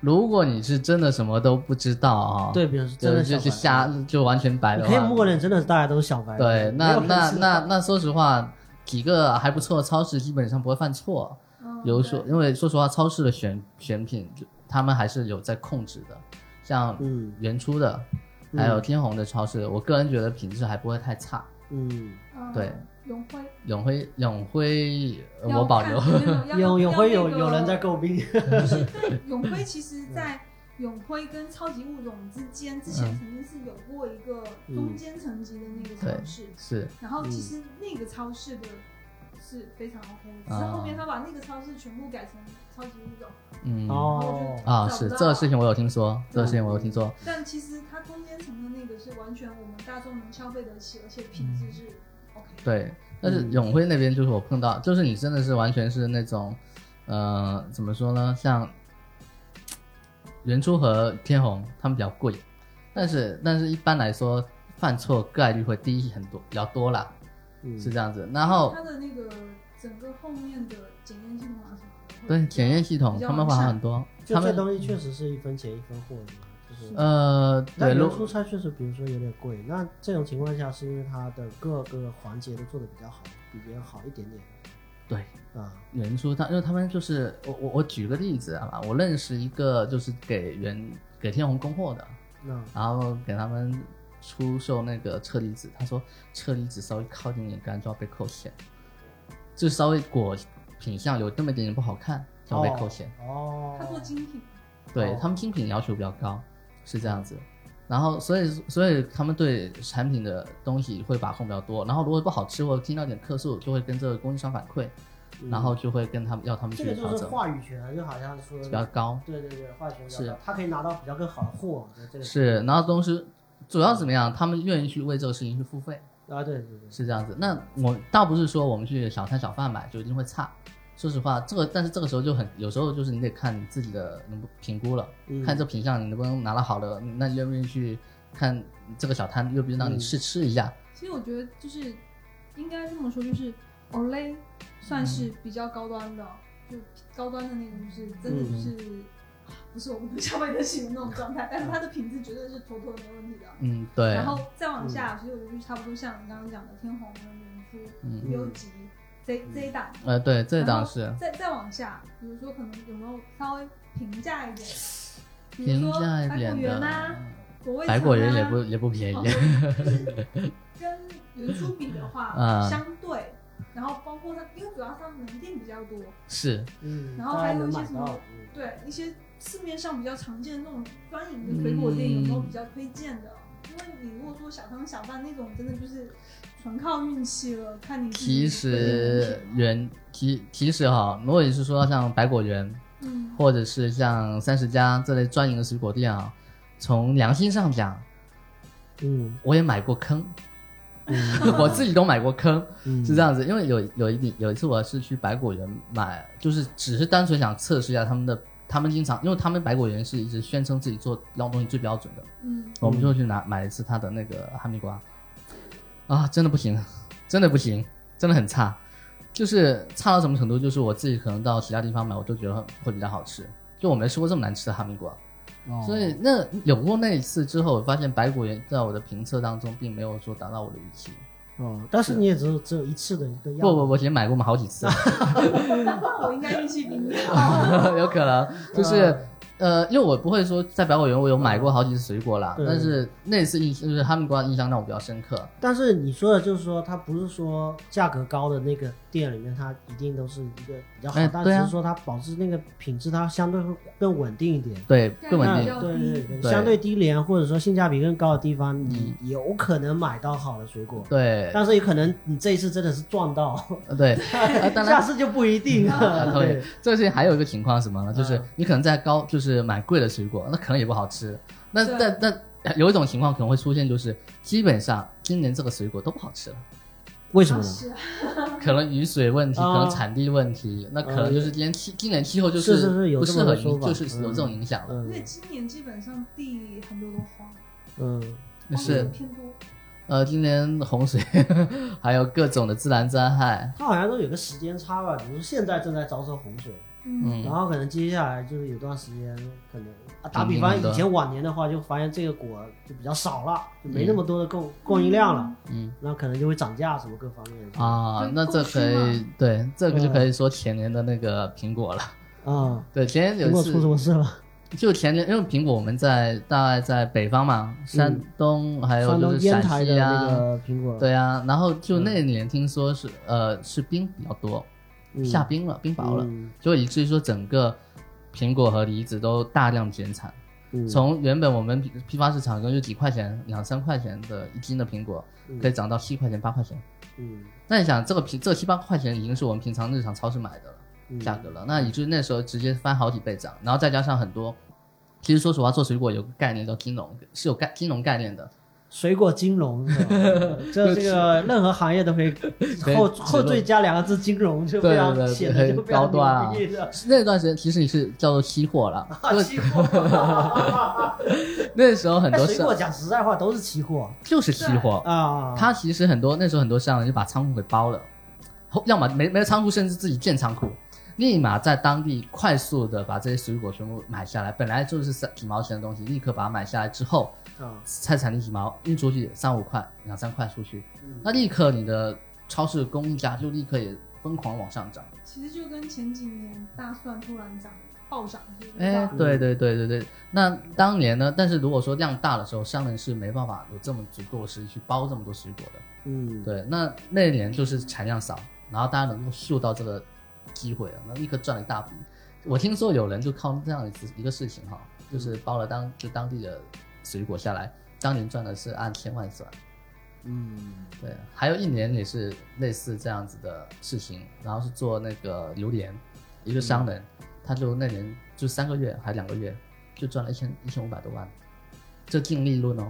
[SPEAKER 1] 如果你是真的什么都不知道啊、
[SPEAKER 2] 对，比如说
[SPEAKER 1] 就
[SPEAKER 2] 真的
[SPEAKER 1] 就
[SPEAKER 2] 小白
[SPEAKER 1] 是瞎，就完全白
[SPEAKER 2] 你
[SPEAKER 1] 的
[SPEAKER 2] 可以
[SPEAKER 1] 话，
[SPEAKER 2] 默认真的是大家都是小白。
[SPEAKER 1] 对，那
[SPEAKER 2] 没有
[SPEAKER 1] 那
[SPEAKER 2] 人知道
[SPEAKER 1] 那那说实话，几个还不错的超市基本上不会犯错。
[SPEAKER 3] 嗯
[SPEAKER 1] 比如说，
[SPEAKER 3] 对
[SPEAKER 1] 因为说实话，超市的选选品，就他们还是有在控制的，像
[SPEAKER 2] 嗯
[SPEAKER 1] 原初的，
[SPEAKER 2] 嗯
[SPEAKER 1] 还有天虹的超市，我个人觉得品质还不会太差。
[SPEAKER 2] 嗯，
[SPEAKER 3] 嗯
[SPEAKER 1] 对
[SPEAKER 3] 永辉，
[SPEAKER 1] 永辉，永辉，呃
[SPEAKER 3] 要
[SPEAKER 1] 我保留。
[SPEAKER 3] 看没有要
[SPEAKER 2] 嗯有有会有
[SPEAKER 3] 要那个
[SPEAKER 2] 有人在诟病，
[SPEAKER 3] 就是对永辉，其实在永辉跟超级物种之间，之前
[SPEAKER 1] 嗯
[SPEAKER 3] 曾经是有过一个中间层级的那个超市，
[SPEAKER 1] 是，
[SPEAKER 3] 然后其实那个超市的是非常 OK 的，只
[SPEAKER 1] 啊
[SPEAKER 3] 是后面他把那个超市全部改成超级物种，
[SPEAKER 1] 嗯，
[SPEAKER 3] 然后
[SPEAKER 2] 哦
[SPEAKER 3] 就，
[SPEAKER 1] 啊，
[SPEAKER 3] 找不
[SPEAKER 1] 是
[SPEAKER 3] 到嗯
[SPEAKER 1] 这个事情我有听说，这个事情我有听说，
[SPEAKER 3] 但其实它中间层的那个是完全我们大众能消费得起，而且品质是 OK 的。
[SPEAKER 1] 嗯对。但
[SPEAKER 2] 嗯
[SPEAKER 1] 是永辉那边就是我碰到，就是你真的是完全是那种，呃，怎么说呢？像原初和天虹他们比较贵，但是但是一般来说犯错概率会低很多，比较多啦。
[SPEAKER 2] 嗯
[SPEAKER 1] 是这样子。然后
[SPEAKER 3] 它的那个整个后面的检验系统啊什么的会比较，
[SPEAKER 1] 对检验系统，
[SPEAKER 3] 比较
[SPEAKER 1] 他们会
[SPEAKER 3] 完
[SPEAKER 1] 好
[SPEAKER 3] 善
[SPEAKER 1] 很多。
[SPEAKER 2] 就
[SPEAKER 1] 他
[SPEAKER 2] 这
[SPEAKER 1] 们
[SPEAKER 2] 东西确实是一分钱一分货的嘛，就是。
[SPEAKER 1] 呃，
[SPEAKER 2] 那
[SPEAKER 1] 对，
[SPEAKER 2] 流
[SPEAKER 1] 如
[SPEAKER 2] 出差确实，比如说有点贵。那这种情况下，是因为它的各个环节都做的比较好，比别人好一点点
[SPEAKER 1] 对
[SPEAKER 2] 啊。
[SPEAKER 1] 原初他，因为他们就是我我我举个例子好啊吧，我认识一个就是给原给天虹供货的，
[SPEAKER 2] 那
[SPEAKER 1] 然后给他们出售那个车厘子，他说车厘子稍微靠近眼干就要被扣钱，就稍微果品相有那么一点点不好看就要被扣钱。
[SPEAKER 2] 哦，
[SPEAKER 3] 它做精品，
[SPEAKER 1] 对
[SPEAKER 2] 哦
[SPEAKER 1] 他们精品要求比较高，是这样子。然后所以所以他们对产品的东西会把控比较多。然后如果不好吃，我听到点客诉，就会跟这个供应商反馈，然后就会跟他们要他们
[SPEAKER 2] 这
[SPEAKER 1] 去
[SPEAKER 2] 个
[SPEAKER 1] 调
[SPEAKER 2] 就是
[SPEAKER 1] 整，
[SPEAKER 2] 话语权，就好像说
[SPEAKER 1] 比较高。
[SPEAKER 2] 对对对，话语权比较
[SPEAKER 1] 是
[SPEAKER 2] 高，他可以拿到比较更好的货，我觉得这个
[SPEAKER 1] 是，然后东西主要怎么样？他们愿意去为这个事情去付费，
[SPEAKER 2] 啊，对对对，
[SPEAKER 1] 是这样子。那我倒不是说我们去小摊小贩买就一定会差，说实话，这个但是这个时候就很有时候就是你得看你自己的能不评估了，
[SPEAKER 2] 嗯
[SPEAKER 1] 看这品相你能不能拿到好的，那你愿不愿意去看这个小摊，愿不愿意让你试吃一下？
[SPEAKER 3] 其实我觉得就是应该这么说，就是 Olay 算是比较高端的，哦就高端的那种，就是真的就是、
[SPEAKER 1] 嗯
[SPEAKER 3] 啊不是我们消费得起的那种状态，但是它的品质绝对是妥妥的没问题的。哦
[SPEAKER 1] 嗯，对。
[SPEAKER 3] 然后再往下，其实我觉得就差不多像你刚刚讲的天虹、原
[SPEAKER 1] 嗯
[SPEAKER 3] 肤、优吉这这一档。
[SPEAKER 1] 呃，对，这
[SPEAKER 3] 然后
[SPEAKER 1] 档是
[SPEAKER 3] 再再往下，比如说可能有没有稍微平价一点，比如
[SPEAKER 1] 平
[SPEAKER 3] 说
[SPEAKER 1] 价一
[SPEAKER 3] 百
[SPEAKER 1] 点
[SPEAKER 3] 果园啊
[SPEAKER 1] 的，，
[SPEAKER 3] 果味
[SPEAKER 1] 百果园
[SPEAKER 3] 城啊
[SPEAKER 1] 也不也不便宜
[SPEAKER 3] 好。就是跟原初比的话，
[SPEAKER 1] 嗯
[SPEAKER 3] 相对，然后包括它，因为主要它门店比较多，
[SPEAKER 1] 是，
[SPEAKER 2] 嗯，
[SPEAKER 3] 然后
[SPEAKER 2] 大家
[SPEAKER 3] 还有
[SPEAKER 2] 能
[SPEAKER 3] 一些
[SPEAKER 2] 买
[SPEAKER 3] 什么
[SPEAKER 2] 到，嗯
[SPEAKER 3] 对一些市面上比较常见的那种专营的水果店，有没有比较推荐的？因为你如果说小商小贩那种，真的就是纯靠运气了，看你自己
[SPEAKER 1] 其实原其其实哈，如果你是说像百果园
[SPEAKER 3] 嗯，
[SPEAKER 1] 或者是像三十家这类专营的水果店啊，从良心上讲，
[SPEAKER 2] 嗯
[SPEAKER 1] 我也买过坑，
[SPEAKER 2] 嗯
[SPEAKER 1] 我自己都买过坑，
[SPEAKER 2] 嗯，
[SPEAKER 1] 是这样子。因为有有一有一次我是去百果园买，就是只是单纯想测试一下他们的，他们经常因为他们百果园是一直宣称自己做让东西最标准的，
[SPEAKER 3] 嗯，
[SPEAKER 1] 我们就去拿买一次它的那个哈密瓜，啊，真的不行，真的不行，真的很差，就是差到什么程度？就是我自己可能到其他地方买，我都觉得会比较好吃，就我没吃过这么难吃的哈密瓜。
[SPEAKER 2] 嗯
[SPEAKER 4] 哦
[SPEAKER 1] 所以那有过那一次之后，我发现百果园在我的评测当中并没有说达到我的预期。
[SPEAKER 2] 哦，但是你也只有只有一次的一个样，
[SPEAKER 1] 不不，不，其实买过嘛好几次，
[SPEAKER 3] 那我应该运气比你好。
[SPEAKER 1] 有可 能
[SPEAKER 2] 啊
[SPEAKER 1] 就是。呃，因为我不会说在百果园我有买过好几次水果啦，
[SPEAKER 2] 对
[SPEAKER 1] 但是那次印就是哈密瓜印象让我比较深刻。
[SPEAKER 2] 但是你说的就是说，它不是说价格高的那个店里面，它一定都是一个比较好，
[SPEAKER 1] 哎
[SPEAKER 2] 但
[SPEAKER 1] 对啊
[SPEAKER 2] 只是说它保持那个品质，它相对会更稳定一点。
[SPEAKER 1] 对，啊
[SPEAKER 3] 对
[SPEAKER 1] 更稳
[SPEAKER 2] 那
[SPEAKER 1] 定。
[SPEAKER 3] 较
[SPEAKER 2] 对
[SPEAKER 3] 低
[SPEAKER 2] 对对，
[SPEAKER 1] 对
[SPEAKER 2] 相对低廉或者说性价比更高的地方，你有可能买到好的水果，
[SPEAKER 1] 对，
[SPEAKER 2] 但是也可能你这一次真的是撞到，
[SPEAKER 1] 呃 对，呃当
[SPEAKER 2] 下
[SPEAKER 1] 然，啊
[SPEAKER 2] 次就不一定了。
[SPEAKER 1] 对
[SPEAKER 2] 对，，
[SPEAKER 1] 这个事情还有一个情况是什么呢？就是
[SPEAKER 2] 嗯
[SPEAKER 1] 你可能在高，就是买贵的水果，那可能也不好吃。那
[SPEAKER 3] 对
[SPEAKER 1] 但但有一种情况可能会出现，就是基本上今年这个水果都不好吃了，
[SPEAKER 2] 为什么呢？
[SPEAKER 3] 是啊，
[SPEAKER 1] 可能雨水问题，
[SPEAKER 2] 哦
[SPEAKER 1] 可能产地问题，那可能就是今年气今年气候就是
[SPEAKER 2] 是是有
[SPEAKER 1] 不
[SPEAKER 2] 这
[SPEAKER 1] 适
[SPEAKER 2] 么
[SPEAKER 1] 合
[SPEAKER 2] 个说
[SPEAKER 1] 影，
[SPEAKER 2] 法
[SPEAKER 1] 就是有这种影响了。
[SPEAKER 3] 因
[SPEAKER 2] 嗯
[SPEAKER 3] 为今年基本上地很多都荒，
[SPEAKER 2] 嗯，
[SPEAKER 3] 荒
[SPEAKER 1] 是
[SPEAKER 3] 地偏多。
[SPEAKER 1] 呃，今年洪水， 还有各种的自然灾害，
[SPEAKER 2] 它好像都有个时间差吧，比如说现在正在遭受洪水，
[SPEAKER 3] 嗯，
[SPEAKER 2] 然
[SPEAKER 1] 嗯，
[SPEAKER 2] 后可能接下来就是有段时间，可能啊打比
[SPEAKER 1] 平
[SPEAKER 2] 方，
[SPEAKER 1] 衡的
[SPEAKER 2] 以前往年的话，就发现这个果就比较少了，就没那么多的供供应量了，
[SPEAKER 1] 嗯
[SPEAKER 2] 那可能就会涨价什么各方面的
[SPEAKER 1] 啊，那这可以对，这
[SPEAKER 2] 嗯
[SPEAKER 1] 个就可以说前年的那个苹果了。
[SPEAKER 2] 啊。
[SPEAKER 1] 对，前年有
[SPEAKER 2] 苹
[SPEAKER 1] 一
[SPEAKER 2] 果
[SPEAKER 1] 次
[SPEAKER 2] 出什么事了？
[SPEAKER 1] 就前年，因为苹果我们在大概在北方嘛，山东还有
[SPEAKER 2] 嗯山
[SPEAKER 1] 就
[SPEAKER 2] 东
[SPEAKER 1] 是
[SPEAKER 2] 烟
[SPEAKER 1] 陕
[SPEAKER 2] 台的
[SPEAKER 1] 西啊，
[SPEAKER 2] 那个苹果，
[SPEAKER 1] 对啊，然后就那年听说是、呃是冰比较多，
[SPEAKER 2] 嗯
[SPEAKER 1] 下冰了，冰雹了，
[SPEAKER 2] 嗯
[SPEAKER 1] 就以至于说整个苹果和梨子都大量减产，
[SPEAKER 2] 嗯
[SPEAKER 1] 从原本我们批批发市场中就几块钱、两三块钱的一斤的苹果，
[SPEAKER 2] 嗯
[SPEAKER 1] 可以涨到七块钱、八块钱。
[SPEAKER 2] 嗯
[SPEAKER 1] 那你想，这个平这七八块钱已经是我们平常日常超市买的了。
[SPEAKER 2] 嗯
[SPEAKER 1] 价格了。那也就是那时候直接翻好几倍涨，然后再加上很多，其实说实话，做水果有个概念叫金融，是有概金融概念的。
[SPEAKER 2] 水果金融是吧， 这这个任何行业都可以后
[SPEAKER 1] 对
[SPEAKER 2] 后缀加两个字金融，就非常
[SPEAKER 1] 对对对
[SPEAKER 2] 显得就
[SPEAKER 1] 很
[SPEAKER 2] 非常
[SPEAKER 1] 高端啊
[SPEAKER 2] 牛逼的。
[SPEAKER 1] 那段时间其实你是叫做期货了，
[SPEAKER 2] 啊，期货，
[SPEAKER 1] 那时 候很
[SPEAKER 2] 哎
[SPEAKER 1] 多
[SPEAKER 2] 水
[SPEAKER 1] 是
[SPEAKER 2] 果讲实在话都是期货
[SPEAKER 1] 就是期货，
[SPEAKER 2] 啊。
[SPEAKER 1] 他其实很多那时候很多商人就把仓库给包了，后要么没没仓库，甚至自己建仓库。立马在当地快速的把这些水果全部买下来，本来就是三几毛钱的东西，立刻把它买下来之后，
[SPEAKER 2] 啊，
[SPEAKER 1] 菜产地几毛运出去三五块、两三块出去，
[SPEAKER 2] 嗯
[SPEAKER 1] 那立刻你的超市供应价就立刻也疯狂往上涨。
[SPEAKER 3] 其实就跟前几年大蒜突然涨暴涨是一
[SPEAKER 1] 哎
[SPEAKER 3] 样，的。
[SPEAKER 1] 对对对对对。那当年呢？但是如果说量大的时候，商人是没办法有这么足够的实力去包这么多水果的。
[SPEAKER 2] 嗯，
[SPEAKER 1] 对，那那一年就是产量少，然后大家能够嗅到这个机会了，那立刻赚了一大笔。我听说有人就靠这样一次一个事情哈，就是包了当就当地的水果下来，当年赚的是按千万算。
[SPEAKER 4] 嗯，
[SPEAKER 1] 对，还有一年也是类似这样子的事情，然后是做那个榴莲，一个商人，他就那年就三个月还两个月，就赚了一千一千五百多万，这净利润哦，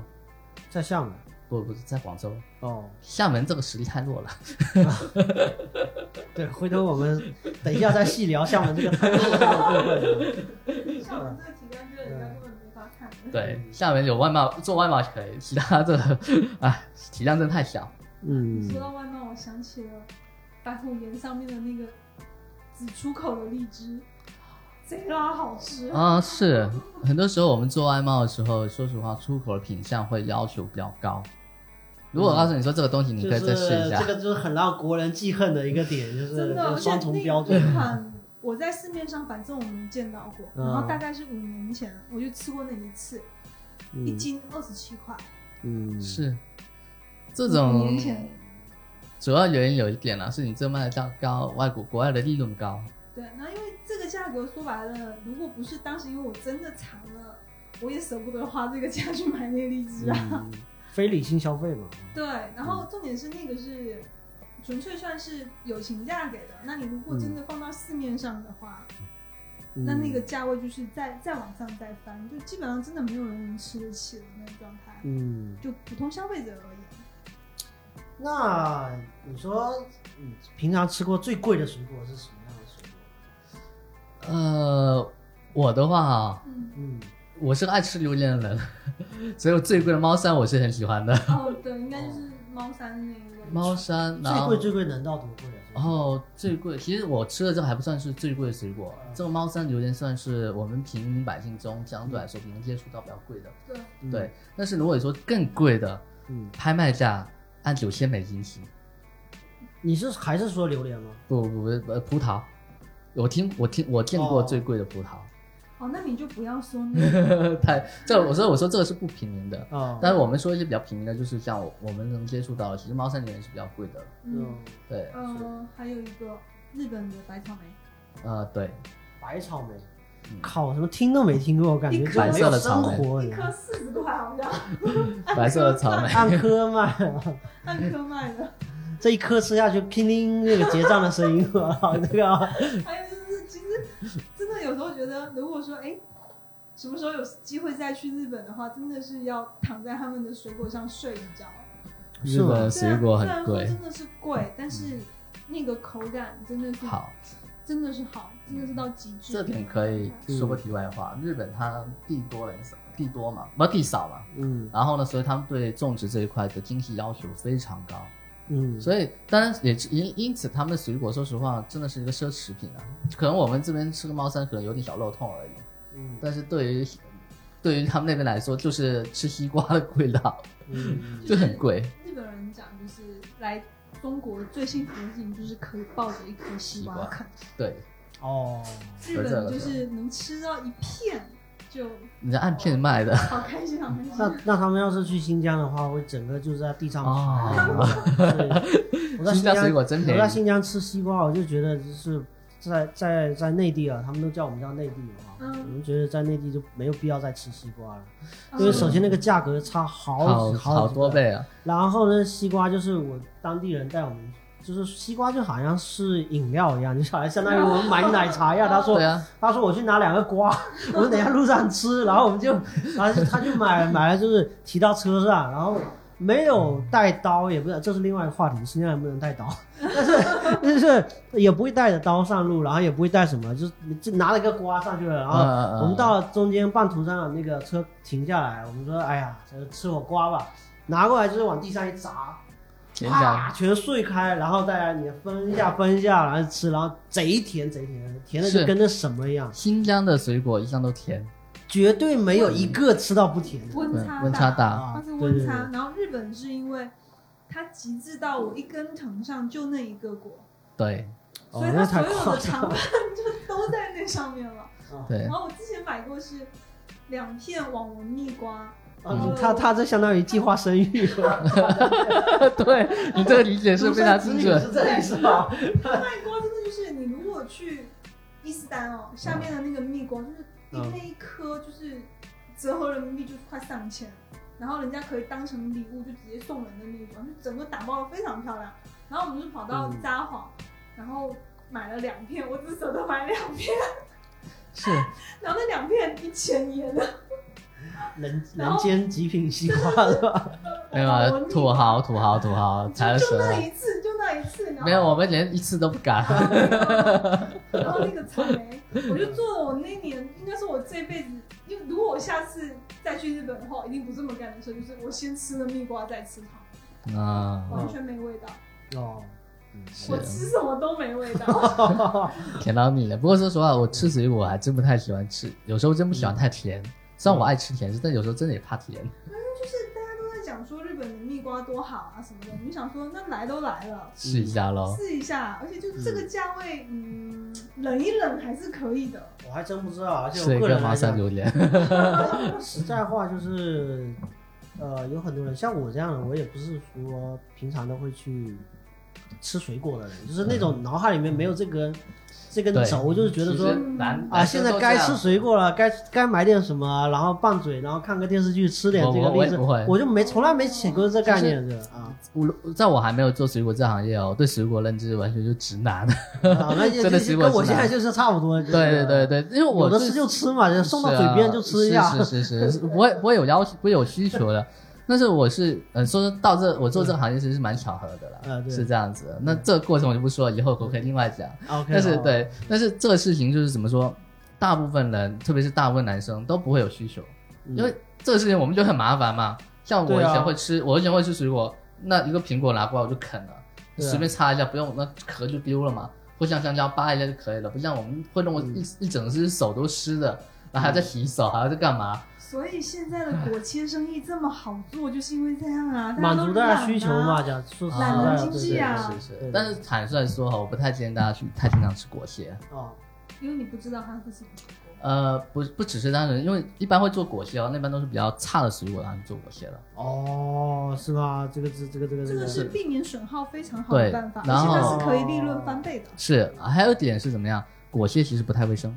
[SPEAKER 2] 在厦门
[SPEAKER 1] 不不是在广州，
[SPEAKER 2] 哦，
[SPEAKER 1] 厦门这个实力太弱了，
[SPEAKER 2] 对，回头我们等一下再细聊厦门这个对。
[SPEAKER 3] 像我们这个题干是人家根本没法看的。
[SPEAKER 1] 对，厦门有外贸做外贸可以，其他这个哎体量真的太小，
[SPEAKER 2] 嗯
[SPEAKER 3] 说到外卖，我想起了白虎岩上面的那个只出口的荔枝，贼拉好吃。
[SPEAKER 1] 啊，是很多时候我们做外贸的时候，说实话，出口的品相会要求比较高。如果告诉你说这个东西，你
[SPEAKER 2] 就
[SPEAKER 1] 可以
[SPEAKER 2] 是
[SPEAKER 1] 再试一下。
[SPEAKER 2] 这个就是很让国人记恨的一个点，就是
[SPEAKER 3] 真
[SPEAKER 2] 就
[SPEAKER 3] 的，而
[SPEAKER 2] 是
[SPEAKER 3] 且
[SPEAKER 2] 双重标准
[SPEAKER 3] 那。一款我在市面上反正我没见到过，
[SPEAKER 2] 嗯
[SPEAKER 3] 然后大概是五年前我就吃过那一次，一
[SPEAKER 2] 嗯
[SPEAKER 3] 斤二十七块，
[SPEAKER 2] 嗯，
[SPEAKER 1] 是这
[SPEAKER 3] 五
[SPEAKER 1] 种
[SPEAKER 3] 年前
[SPEAKER 1] 主要原因有一点呢、啊是你这卖的价高，外国国外的利润高。
[SPEAKER 3] 对，然后因为这个价格说白了，如果不是当时因为我真的馋了，我也舍不得花这个价去买那荔枝啊。
[SPEAKER 2] 嗯非理性消费嘛。
[SPEAKER 3] 对，然
[SPEAKER 1] 嗯
[SPEAKER 3] 后重点是那个是纯粹算是友情价给的。那你如果真的
[SPEAKER 1] 嗯
[SPEAKER 3] 放到市面上的话，
[SPEAKER 2] 嗯
[SPEAKER 3] 那那个价位就是再再往上再翻，就基本上真的没有人能吃得起的那个状态，
[SPEAKER 2] 嗯，
[SPEAKER 3] 就普通消费者而言。
[SPEAKER 2] 那你说你平常吃过最贵的水果是什么样的水果？
[SPEAKER 1] 呃，我的话啊，
[SPEAKER 3] 嗯，
[SPEAKER 2] 嗯，
[SPEAKER 1] 我是个爱吃榴莲的人， 所以我最贵的猫山我是很喜欢的。
[SPEAKER 3] 哦，对，应该就是猫山那一类。
[SPEAKER 1] 猫山，然
[SPEAKER 2] 最
[SPEAKER 1] 后
[SPEAKER 2] 贵最贵能到多贵啊？
[SPEAKER 1] 然后最贵，其实我吃的这个还不算是最贵的水果，这个猫山榴莲算是我们平民百姓中相对来说能接触到比较贵的。
[SPEAKER 3] 对，
[SPEAKER 2] 嗯
[SPEAKER 1] 对，，但是如果说更贵的，
[SPEAKER 2] 嗯，
[SPEAKER 1] 拍卖价按九千美金起。
[SPEAKER 2] 你是还是说榴莲吗？
[SPEAKER 1] 不不不，呃，葡萄，我听我听我见过
[SPEAKER 2] 哦
[SPEAKER 1] 最贵的葡萄，
[SPEAKER 3] 哦，那你就不要说 那个
[SPEAKER 1] 太这我说我说这个是不平民的，
[SPEAKER 2] 啊，
[SPEAKER 1] 但是我们说一些比较平民的，就是像我我们能接触到的，其实猫山榴莲是比较贵的，
[SPEAKER 3] 嗯，
[SPEAKER 1] 对，
[SPEAKER 3] 呃，还有一个日本的白草莓，
[SPEAKER 1] 呃对，
[SPEAKER 2] 白草莓
[SPEAKER 1] 嗯，
[SPEAKER 2] 靠，怎么听都没听过，感觉
[SPEAKER 3] 一
[SPEAKER 2] 就
[SPEAKER 3] 颗
[SPEAKER 2] 没有生活
[SPEAKER 3] 一
[SPEAKER 2] 你知道
[SPEAKER 3] 颗
[SPEAKER 2] 吗。
[SPEAKER 3] 四十块好像，
[SPEAKER 1] 白色的 草莓，
[SPEAKER 2] 按颗卖，
[SPEAKER 3] 按颗卖的。
[SPEAKER 2] 这一颗吃下去，听听那个结账的声音， 我靠，这个
[SPEAKER 3] 还有哎就是，其实真的有时候觉得，如果说哎，诶什么时候有机会再去日本的话，真的是要躺在他们的水果上睡一觉。
[SPEAKER 1] 日
[SPEAKER 2] 是
[SPEAKER 1] 本的
[SPEAKER 2] 吗？啊
[SPEAKER 1] 水果
[SPEAKER 3] 虽然
[SPEAKER 1] 很
[SPEAKER 3] 说
[SPEAKER 1] 贵，
[SPEAKER 3] 真的是贵，但是那个口感真的
[SPEAKER 2] 啊
[SPEAKER 3] 是，
[SPEAKER 1] 好，
[SPEAKER 3] 真的是好，真的是到极致。
[SPEAKER 1] 这点可以说个题外话，日本它地多人少，地多嘛，不地少嘛，
[SPEAKER 2] 嗯
[SPEAKER 1] 然后呢，所以他们对种植这一块的精细要求非常高，
[SPEAKER 2] 嗯，
[SPEAKER 1] 所以当然也因因此，他们的水果说实话真的是一个奢侈品啊。可能我们这边吃个猫山可能有点小肉痛而已，
[SPEAKER 2] 嗯
[SPEAKER 1] 但是对于对于他们那边来说，就是吃西瓜的味道
[SPEAKER 2] 嗯
[SPEAKER 1] 就很贵。
[SPEAKER 3] 日本人讲就是来中国最幸福的事情就是可以抱着一颗西
[SPEAKER 1] 西
[SPEAKER 3] 瓜
[SPEAKER 1] 瓜
[SPEAKER 3] 啃，
[SPEAKER 1] 对，
[SPEAKER 2] 哦，
[SPEAKER 3] 日本就是能吃到一片就
[SPEAKER 1] 你家按片卖的，
[SPEAKER 3] 好开心，好开心。嗯
[SPEAKER 2] 那那他们要是去新疆的话，会整个就是在地上
[SPEAKER 1] 哦
[SPEAKER 2] 爬。对我在
[SPEAKER 1] 新
[SPEAKER 2] 新
[SPEAKER 1] 疆
[SPEAKER 2] 疆
[SPEAKER 1] 水果真便
[SPEAKER 2] 我在
[SPEAKER 1] 宜。
[SPEAKER 2] 新疆吃西瓜，我就觉得就是在在在内地啊，他们都叫我们叫内地嘛，
[SPEAKER 3] 嗯
[SPEAKER 2] 我们觉得在内地就没有必要再吃西瓜了，
[SPEAKER 3] 嗯
[SPEAKER 2] 因为首先那个价格差好
[SPEAKER 1] 好
[SPEAKER 2] 好
[SPEAKER 1] 好
[SPEAKER 2] 几
[SPEAKER 1] 多
[SPEAKER 2] 倍。
[SPEAKER 1] 倍啊！
[SPEAKER 2] 然后呢，西瓜就是我当地人带我们，就是西瓜就好像是饮料一样，就好像相当于我们买奶茶一样。他说
[SPEAKER 1] 对啊，
[SPEAKER 2] 他说我去拿两个瓜， 我们等一下路上吃，然后我们就，然后他就买买了，就是提到车上，然后没有带刀，也不是，这是另外一个话题，新疆人不能带刀， 但是但是也不会带着刀上路，然后也不会带什么，就是就拿了个瓜上去了，然后
[SPEAKER 1] 嗯
[SPEAKER 2] 我们到了中间半途上那个车停下来，我们说哎呀，吃火瓜吧，拿过来就是往地上一砸，
[SPEAKER 1] 全
[SPEAKER 2] 啊
[SPEAKER 1] 家，
[SPEAKER 2] 全碎开，然后再你分一下分一下，然后吃，然后贼甜贼甜，甜的
[SPEAKER 1] 是
[SPEAKER 2] 就跟那什么一样，
[SPEAKER 1] 新疆的水果一向都甜，嗯
[SPEAKER 2] 绝对没有一个吃到不甜的。
[SPEAKER 3] 温差
[SPEAKER 1] 温差大，
[SPEAKER 2] 啊
[SPEAKER 3] 它是
[SPEAKER 2] 对
[SPEAKER 3] 温
[SPEAKER 2] 对对，
[SPEAKER 3] 差。然后日本是因为它极致到我一根藤上就那一个果，
[SPEAKER 1] 对
[SPEAKER 2] 哦
[SPEAKER 3] 所以它
[SPEAKER 2] 那
[SPEAKER 3] 所
[SPEAKER 2] 太
[SPEAKER 3] 有
[SPEAKER 2] 夸
[SPEAKER 3] 的
[SPEAKER 2] 张
[SPEAKER 3] 糖分就都在那上面了。
[SPEAKER 1] 对
[SPEAKER 3] 然，后我之前买过是两片网纹蜜瓜，
[SPEAKER 2] 嗯，他他这相当于计划生育了，
[SPEAKER 1] 对你这个理解是非常精
[SPEAKER 2] 独
[SPEAKER 1] 准，
[SPEAKER 2] 生子女是啊这里是 吧？
[SPEAKER 3] 卖瓜真的就是你如果去伊斯丹哦，下面的那个蜜瓜就是一
[SPEAKER 2] 嗯
[SPEAKER 3] 那一颗就是折合人民币就快上千，然后人家可以当成礼物就直接送人的那种，就整个打包的非常漂亮。然后我们就跑到
[SPEAKER 2] 嗯
[SPEAKER 3] 札幌，然后买了两片，我只舍得买两片，
[SPEAKER 1] 是
[SPEAKER 3] 然后那两片一千烟的，
[SPEAKER 2] 人
[SPEAKER 3] 然
[SPEAKER 2] 人
[SPEAKER 3] 后
[SPEAKER 2] 间极品西瓜是吧？
[SPEAKER 1] 没有
[SPEAKER 3] 我腻
[SPEAKER 1] 土豪土豪土豪才
[SPEAKER 3] 就就
[SPEAKER 1] 舍
[SPEAKER 3] 那
[SPEAKER 1] 得，
[SPEAKER 3] 一次，就那一次，然后
[SPEAKER 1] 啊没有我们连一次都不敢。
[SPEAKER 3] 然后那个草莓，我就做了。我那一年应该是我这辈子，因为如果我下次再去日本的话，我一定不这么干的事，就是我先吃了蜜瓜再吃糖，
[SPEAKER 1] 嗯，
[SPEAKER 3] 完全没味道，
[SPEAKER 2] 哦，
[SPEAKER 1] 是
[SPEAKER 3] 我吃什么都没味道。
[SPEAKER 2] 嗯
[SPEAKER 1] 甜到腻了。不过说实话，我吃水果还真不太喜欢吃，有时候真不喜欢太甜。虽然我爱吃甜食，但有时候真的也怕甜。
[SPEAKER 3] 就是大家都在讲说日本的蜜瓜多好啊什么的，我们想说那来都来了，
[SPEAKER 1] 试一下喽。
[SPEAKER 3] 试一下，而且就这个价位，嗯，冷一冷还是可以的。
[SPEAKER 2] 我还真不知道，而且
[SPEAKER 1] 吃
[SPEAKER 2] 我
[SPEAKER 1] 一
[SPEAKER 2] 个
[SPEAKER 1] 个
[SPEAKER 2] 人
[SPEAKER 1] 马
[SPEAKER 2] 来
[SPEAKER 1] 上
[SPEAKER 2] 讲，
[SPEAKER 1] 榴莲，
[SPEAKER 2] 实在话就是，呃，有很多人像我这样的，我也不是说平常都会去吃水果的人，就是那种脑海里面没有这根、这根
[SPEAKER 1] 嗯对
[SPEAKER 2] 轴，就是觉得
[SPEAKER 1] 其
[SPEAKER 2] 说
[SPEAKER 1] 实男
[SPEAKER 2] 啊，现在该吃水果了，该该买点什么，啊然后拌嘴，然后看个电视剧，吃点这个
[SPEAKER 1] 我我
[SPEAKER 2] 荔枝
[SPEAKER 1] 我也不会
[SPEAKER 2] 我就没从来没想过这概念，对吧？啊，
[SPEAKER 1] 我在我还没有做水果这行业哦，对水果认知完全就直男。
[SPEAKER 2] 啊那 就
[SPEAKER 1] 真的
[SPEAKER 2] 就
[SPEAKER 1] 水果
[SPEAKER 2] 跟我
[SPEAKER 1] 是
[SPEAKER 2] 现
[SPEAKER 1] 吧
[SPEAKER 2] 在就是差不 多。就
[SPEAKER 1] 对
[SPEAKER 2] 是
[SPEAKER 1] 对对，对，因为我
[SPEAKER 2] 有的
[SPEAKER 1] 最
[SPEAKER 2] 吃就吃嘛，就送到嘴边就吃一
[SPEAKER 1] 啊是啊
[SPEAKER 2] 下。
[SPEAKER 1] 是是是是，不会不会有要求，不会有需求的。但是我是，呃，说到这，我做这个行业其实是蛮巧合的啦，
[SPEAKER 2] 嗯对嗯
[SPEAKER 1] 是这样子的。那这个过程我就不说了，以后我可以另外讲。
[SPEAKER 2] OK，哦
[SPEAKER 1] 但是
[SPEAKER 2] 好，
[SPEAKER 1] 对，但是这个事情就是怎么说，大部分人，特别是大部分男生都不会有需求，
[SPEAKER 2] 嗯
[SPEAKER 1] 因为这个事情我们就很麻烦嘛。像我
[SPEAKER 2] 对
[SPEAKER 1] 以
[SPEAKER 2] 啊
[SPEAKER 1] 前会吃，我以前会吃水果，那一个苹果拿过来我就啃了，
[SPEAKER 2] 对啊
[SPEAKER 1] 随便擦一下，不用那壳就丢了嘛。或像香蕉扒一下就可以了，不像我们会弄我
[SPEAKER 2] 嗯
[SPEAKER 1] 一、一整只手都湿的，然后还在洗手，还要在干嘛？
[SPEAKER 3] 所以现在的果切生意这么好做，就是因为这样啊，大
[SPEAKER 2] 满
[SPEAKER 3] 家都
[SPEAKER 2] 足大
[SPEAKER 3] 懒
[SPEAKER 2] 家
[SPEAKER 3] 啊
[SPEAKER 2] 需求嘛，。讲说实在
[SPEAKER 3] 懒
[SPEAKER 2] 的，
[SPEAKER 3] 人经济啊
[SPEAKER 1] 是是是
[SPEAKER 2] 对对对
[SPEAKER 1] 是。但是坦率说哈，我不太建议大家去太经常吃果蟹。
[SPEAKER 2] 对对对哦，
[SPEAKER 3] 因为你不知道它是什么水果。
[SPEAKER 1] 呃，不不只是单纯，因为一般会做果蟹哦，那般都是比较差的水果，然后去做果蟹了。
[SPEAKER 2] 哦，是吧？这个这这个这个
[SPEAKER 3] 这个是避免损耗非常好的
[SPEAKER 1] 对
[SPEAKER 3] 办法，
[SPEAKER 1] 然
[SPEAKER 3] 而且它
[SPEAKER 2] 后
[SPEAKER 3] 是可以利润翻倍的。
[SPEAKER 1] 是，还有一点是怎么样？果蟹其实不太卫生，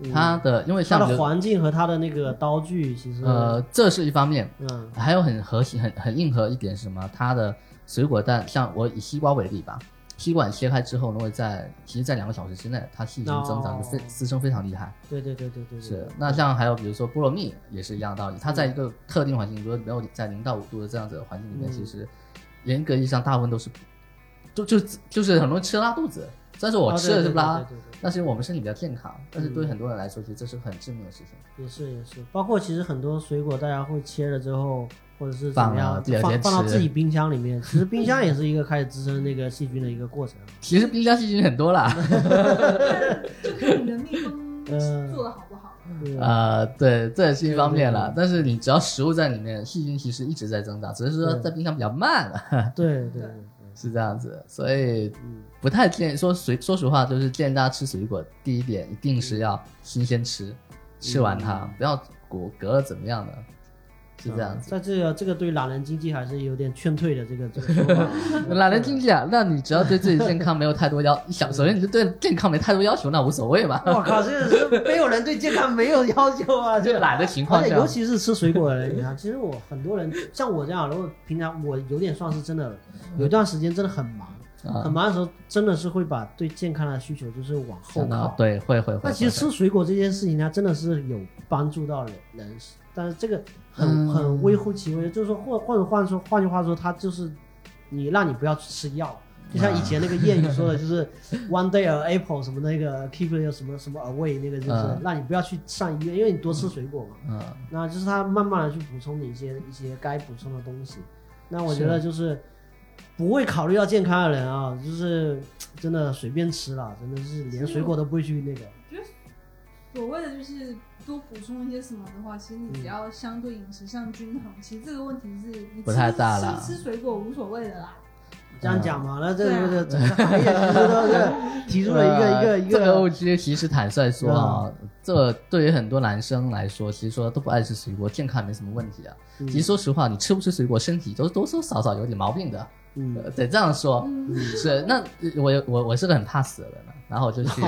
[SPEAKER 2] 嗯
[SPEAKER 1] 它的因为
[SPEAKER 2] 它
[SPEAKER 1] 像比
[SPEAKER 2] 的
[SPEAKER 1] 如
[SPEAKER 2] 环境和它的那个刀具其实
[SPEAKER 1] 呃，这是一方面，
[SPEAKER 2] 嗯
[SPEAKER 1] 还有很核心、很很硬核一点是什么？它的水果蛋，像我以西瓜为例吧，西瓜你切开之后，如果在其实，在两个小时之内，它细菌增长
[SPEAKER 2] 哦
[SPEAKER 1] 就非滋生非常厉害。
[SPEAKER 2] 对对对对对对
[SPEAKER 1] 是，那像还有比如说菠萝蜜也是一样的道理，它在一个特定环境，比如说没有在零到五度的这样子的环境里面，
[SPEAKER 2] 嗯
[SPEAKER 1] 其实严格意义上大部分都是，就就就是很容易吃拉肚子。但是我
[SPEAKER 2] 哦
[SPEAKER 1] 吃的
[SPEAKER 2] 对
[SPEAKER 1] 是
[SPEAKER 2] 对
[SPEAKER 1] 拉，
[SPEAKER 2] 对对对对
[SPEAKER 1] 那是因为我们身体比较健康，但是对于很多人来说，其实这是很致命的事情。
[SPEAKER 2] 也是也是，包括其实很多水果大家会切了之后，或者是怎
[SPEAKER 1] 放
[SPEAKER 2] 么样
[SPEAKER 1] 了第二
[SPEAKER 2] 放
[SPEAKER 1] 天
[SPEAKER 2] 放到
[SPEAKER 1] 吃
[SPEAKER 2] 自己冰箱里面，其实冰箱也是一个开始滋生那个细菌的一个 过程。
[SPEAKER 1] 其实冰箱细菌很多啦，
[SPEAKER 3] 就看你的密封
[SPEAKER 2] 嗯
[SPEAKER 3] 做的好不好。
[SPEAKER 2] 对
[SPEAKER 1] 呃，对，这也是一方面
[SPEAKER 2] 对
[SPEAKER 1] 啦。但是你只要食物在里面，细菌其实一直在增长，只是说
[SPEAKER 2] 对
[SPEAKER 1] 在冰箱比较慢了，
[SPEAKER 2] 对对，
[SPEAKER 1] 是这样子。所以
[SPEAKER 2] 嗯
[SPEAKER 1] 不太建议说水，说实话，就是建议大家吃水果，第一点一定是要新鲜吃，吃完它不要果隔了怎么样的，是这样子。
[SPEAKER 2] 在这个这个对懒人经济还是有点劝退的这个这个说法。
[SPEAKER 1] 懒人经济啊，那你只要对自己健康没有太多要，想首先你就对健康没太多要求，那无所谓嘛。
[SPEAKER 2] 我靠，这个是没有人对健康没有要求 啊，
[SPEAKER 1] 就
[SPEAKER 2] 这个
[SPEAKER 1] 懒的 情况
[SPEAKER 2] 而且
[SPEAKER 1] 下，
[SPEAKER 2] 尤其是吃水果的人，你看，其实我很多人像我这样，如果平常我有点算是真的，有一段时间真的很忙，
[SPEAKER 1] 啊
[SPEAKER 2] 很忙的时候真的是会把对健康的需求就是往后
[SPEAKER 1] 想到
[SPEAKER 2] 靠。
[SPEAKER 1] 对会会会。
[SPEAKER 2] 那其实
[SPEAKER 1] 会
[SPEAKER 2] 吃水果这件事情，它真的是有帮助到人人，但是这个很
[SPEAKER 1] 嗯
[SPEAKER 2] 很微乎其微，就是说或或者换说换句话说，它就是你让你不要去吃药。就像以前那个谚语说的，就是 “one day an apple” 什么那个 “keep you 什么什么 away” 那个，就是
[SPEAKER 1] 嗯
[SPEAKER 2] 让你不要去上医院，因为你多吃水果嘛。
[SPEAKER 1] 嗯，
[SPEAKER 2] 那就是他慢慢的去补充你一些一些该补充的东西。那我觉得就是不会考虑到健康的人啊，就是真的随便吃了，真的是连水果都不会去那个。
[SPEAKER 3] 所谓的就是多补充一些什么的话，其实你只要相对饮食上均衡，其实这个问题是你吃
[SPEAKER 1] 不太大啦
[SPEAKER 3] 吃吃水果无所谓的啦。
[SPEAKER 2] 这样讲嘛，那这
[SPEAKER 3] 对啊啊
[SPEAKER 2] 这个整个行业其实都是提出 了一个一个嗯一
[SPEAKER 1] 呃这个误
[SPEAKER 2] 个，
[SPEAKER 1] 区，其实坦率说啊，这对于很多男生来说，其实说都不爱吃水果，健康没什么问题啊。
[SPEAKER 2] 嗯
[SPEAKER 1] 其实说实话，你吃不吃水果，身体都多多少少有点毛病的。
[SPEAKER 2] 嗯
[SPEAKER 1] 呃得这样说，
[SPEAKER 3] 嗯，
[SPEAKER 1] 是，那我我我是个很怕死的人啊，然后我就 去，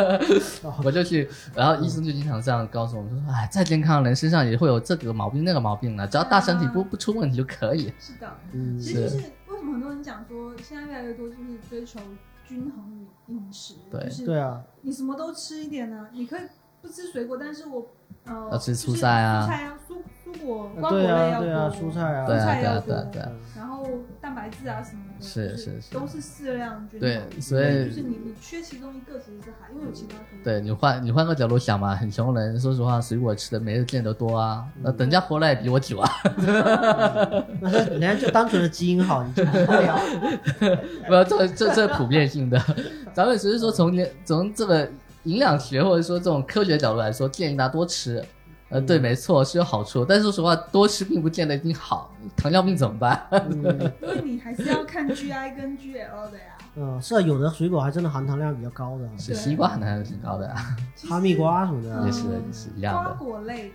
[SPEAKER 1] 我就去，然后医生就经常这样告诉我们，就说，哎，再健康的人身上也会有这个毛病那个毛病的，只要大身体不不出问题就可以。
[SPEAKER 3] 是的。
[SPEAKER 2] 嗯
[SPEAKER 3] 其
[SPEAKER 1] 是
[SPEAKER 3] 实就是为什么很多人讲说，现在越来越多就是追求均衡饮食，
[SPEAKER 1] 对
[SPEAKER 2] 对
[SPEAKER 3] 就是
[SPEAKER 2] 啊，
[SPEAKER 3] 你什么都吃一点呢、你可以不吃水果，但是我呃，
[SPEAKER 1] 要吃
[SPEAKER 3] 就是
[SPEAKER 1] 蔬菜啊
[SPEAKER 3] 蔬菜啊，蔬蔬果、瓜果
[SPEAKER 2] 对
[SPEAKER 3] 类
[SPEAKER 2] 啊，
[SPEAKER 3] 要
[SPEAKER 2] 对啊，
[SPEAKER 3] 多
[SPEAKER 2] 蔬菜啊，
[SPEAKER 1] 对啊，
[SPEAKER 3] 菜
[SPEAKER 1] 对
[SPEAKER 3] 要
[SPEAKER 1] 啊，
[SPEAKER 3] 多
[SPEAKER 1] 对啊，对啊，
[SPEAKER 3] 然后蛋白质啊什么的，
[SPEAKER 1] 是
[SPEAKER 3] 就是
[SPEAKER 1] 是
[SPEAKER 3] 都是适量均衡。
[SPEAKER 1] 对，所
[SPEAKER 3] 就
[SPEAKER 1] 以
[SPEAKER 3] 是你你缺其中一个其实是还，因为有其他可能。
[SPEAKER 1] 对你换你换个角度想嘛，很穷人，说实话，水果吃的没人见得多啊，那
[SPEAKER 2] 嗯
[SPEAKER 1] 人家活得也比我久啊，
[SPEAKER 2] 那是人家就单纯的基因好，你 就不了。
[SPEAKER 1] 不，这这这普遍性的，咱们只是说从年从这个营养学或者说这种科学角度来说，建议大家多吃。呃，对，
[SPEAKER 2] 嗯
[SPEAKER 1] 没错，是有好处，但是说实话，多吃并不见得一定好。糖尿病怎么办？
[SPEAKER 2] 嗯
[SPEAKER 3] 因为你还是要看 GI 跟 GL 的 呀。
[SPEAKER 2] 嗯，是啊，有的水果还真的含糖量比较高的，
[SPEAKER 1] 是西瓜含糖量挺高的啊，
[SPEAKER 3] 其实
[SPEAKER 2] 哈密瓜什么
[SPEAKER 1] 也
[SPEAKER 2] 的，啊
[SPEAKER 1] 是
[SPEAKER 3] 嗯
[SPEAKER 1] 也是一样的
[SPEAKER 3] 瓜果类的，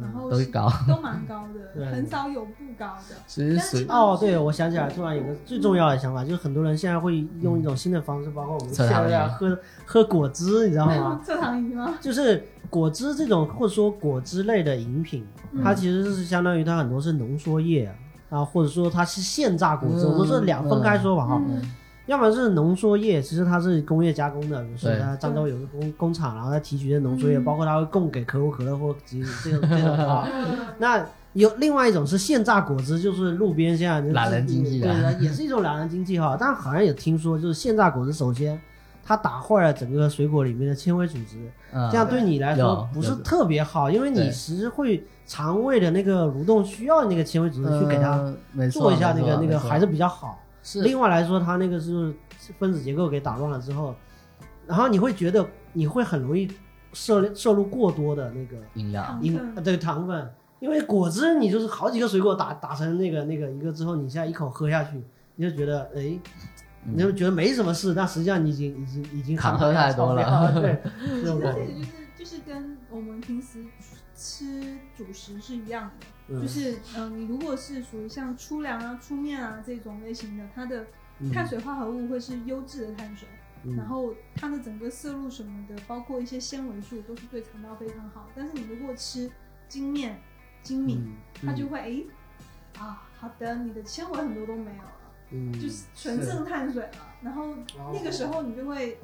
[SPEAKER 3] 然
[SPEAKER 2] 嗯，
[SPEAKER 3] 后
[SPEAKER 1] 都
[SPEAKER 3] 是
[SPEAKER 1] 高，
[SPEAKER 3] 都蛮高的，
[SPEAKER 2] 对
[SPEAKER 3] 很少有不高的。
[SPEAKER 1] 其实
[SPEAKER 3] 但
[SPEAKER 1] 水
[SPEAKER 3] 是
[SPEAKER 2] 哦，对，我想起来，突然有个最重要的想法，就是很多人现在会用一种新的方式，包括我们
[SPEAKER 1] 测
[SPEAKER 2] 现
[SPEAKER 1] 糖
[SPEAKER 2] 在
[SPEAKER 1] 量
[SPEAKER 2] 喝喝果汁，你知道吗？
[SPEAKER 3] 蔗糖饮吗？
[SPEAKER 2] 就是果汁这种，或者说果汁类的饮品，
[SPEAKER 3] 嗯
[SPEAKER 2] 它其实是相当于它很多是浓缩液啊，啊，或者说它是现榨果汁，
[SPEAKER 1] 嗯
[SPEAKER 2] 我们是两分开说吧哈。
[SPEAKER 3] 嗯
[SPEAKER 2] 要么是浓缩液，其实它是工业加工的，比如说
[SPEAKER 1] 对
[SPEAKER 2] 它漳州有个工工厂，然后它提取的浓缩液，
[SPEAKER 3] 嗯
[SPEAKER 2] 包括它会供给可口可乐或这这种这种 啊。那有另外一种是现榨果汁，就是路边现在就是
[SPEAKER 1] 懒人经济啊
[SPEAKER 2] 对，也是一种懒人经济哈。但好像也听说，就是现榨果汁，首先它打坏了整个水果里面的纤维组织，
[SPEAKER 1] 嗯，
[SPEAKER 2] 这样对啊你来说
[SPEAKER 1] 有
[SPEAKER 2] 不是
[SPEAKER 1] 有
[SPEAKER 2] 特别好，因为你
[SPEAKER 1] 对
[SPEAKER 2] 其实会肠胃的那个蠕动需要那个纤维组织去给它
[SPEAKER 1] 嗯没错
[SPEAKER 2] 做一下那
[SPEAKER 1] 没
[SPEAKER 2] 个
[SPEAKER 1] 错
[SPEAKER 2] 那
[SPEAKER 1] 没
[SPEAKER 2] 个
[SPEAKER 1] 错
[SPEAKER 2] 还是比较好。
[SPEAKER 1] 是
[SPEAKER 2] 另外来说，它那个是分子结构给打乱了之后，然后你会觉得你会很容易摄摄入过多的那个
[SPEAKER 1] 营养，
[SPEAKER 2] 因
[SPEAKER 3] 糖分
[SPEAKER 2] 对糖分，因为果汁你就是好几个水果打打成那个那个一个之后，你现在一口喝下去，你就觉得哎，你就觉得没什么事，但实际上你已经已经已经
[SPEAKER 1] 嗯糖
[SPEAKER 2] 含
[SPEAKER 1] 喝
[SPEAKER 2] 量
[SPEAKER 1] 太多
[SPEAKER 2] 超
[SPEAKER 1] 了
[SPEAKER 2] 标了，对，那种
[SPEAKER 3] 而
[SPEAKER 2] 感觉
[SPEAKER 3] 且就是就是跟我们平时吃主食是一样的，
[SPEAKER 2] 嗯
[SPEAKER 3] 就是嗯、呃你如果是属于像粗粮啊、粗面啊这种类型的，它的
[SPEAKER 2] 嗯
[SPEAKER 3] 碳水化合物会是优质的碳水，
[SPEAKER 2] 嗯
[SPEAKER 3] 然后它的整个摄入什么的，包括一些纤维素，都是对肠道非常好。但是你如果吃精面、精米，
[SPEAKER 2] 嗯
[SPEAKER 3] 它就会诶啊，好的，你的纤维很多都没有了，
[SPEAKER 2] 嗯
[SPEAKER 3] 就是纯正碳水了。然后
[SPEAKER 2] 哦
[SPEAKER 3] 那个时候你就会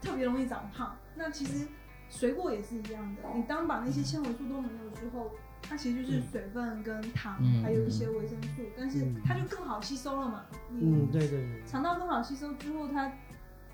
[SPEAKER 3] 特别容易长胖。那其实水果也是一样
[SPEAKER 2] 哦
[SPEAKER 3] 的，你当把那些纤维素都没有之后，它其实就是水分跟糖，
[SPEAKER 1] 嗯
[SPEAKER 3] 还有一些维生素，但是它就更好吸收了嘛。
[SPEAKER 2] 嗯
[SPEAKER 3] 你
[SPEAKER 2] 对对对。
[SPEAKER 3] 肠道更好吸收之后，它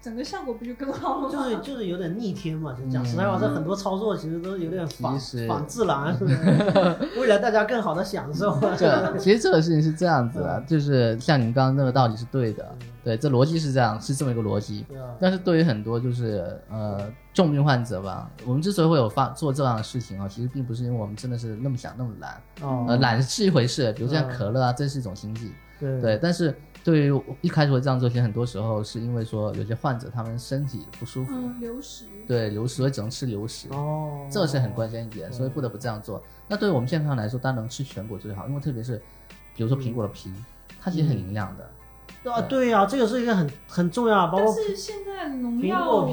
[SPEAKER 3] 整个效果不就更好了
[SPEAKER 2] 就是
[SPEAKER 3] 吗？
[SPEAKER 2] 就是有点逆天嘛，就讲
[SPEAKER 1] 嗯
[SPEAKER 2] 实在话，这很多操作其实都有点反
[SPEAKER 1] 其实嗯
[SPEAKER 2] 反自然，是不是？ 为了大家更好的享受， 啊
[SPEAKER 1] 这其实这个事情是这样子的，就是像你们刚刚那个道理是对的，对，这逻辑是这样，是这么一个逻辑。
[SPEAKER 2] 对啊，
[SPEAKER 1] 但是对于很多就是呃重病患者吧，我们之所以会有发做这样的事情啊，其实并不是因为我们真的是那么想那么懒，呃，
[SPEAKER 2] 哦，
[SPEAKER 1] 懒是一回事，比如像
[SPEAKER 2] 嗯
[SPEAKER 1] 可乐啊，这是一种经济，
[SPEAKER 2] 对
[SPEAKER 1] 对。但是对于一开始会这样做，其实很多时候是因为说有些患者他们身体不舒服，
[SPEAKER 3] 嗯，流食。
[SPEAKER 1] 对，流食所以只能吃流食，
[SPEAKER 2] 哦，
[SPEAKER 1] 这是很关键一点，
[SPEAKER 2] 哦
[SPEAKER 1] 所以不得不这样做。那对于我们健康来说，当然能吃全果最好，因为特别是比如说苹果的皮，它其实很营养的，
[SPEAKER 2] 啊，对啊，这个是一个很很重要，啊包
[SPEAKER 3] 但
[SPEAKER 2] 括
[SPEAKER 3] 是现在农
[SPEAKER 2] 苹
[SPEAKER 3] 药，
[SPEAKER 2] 果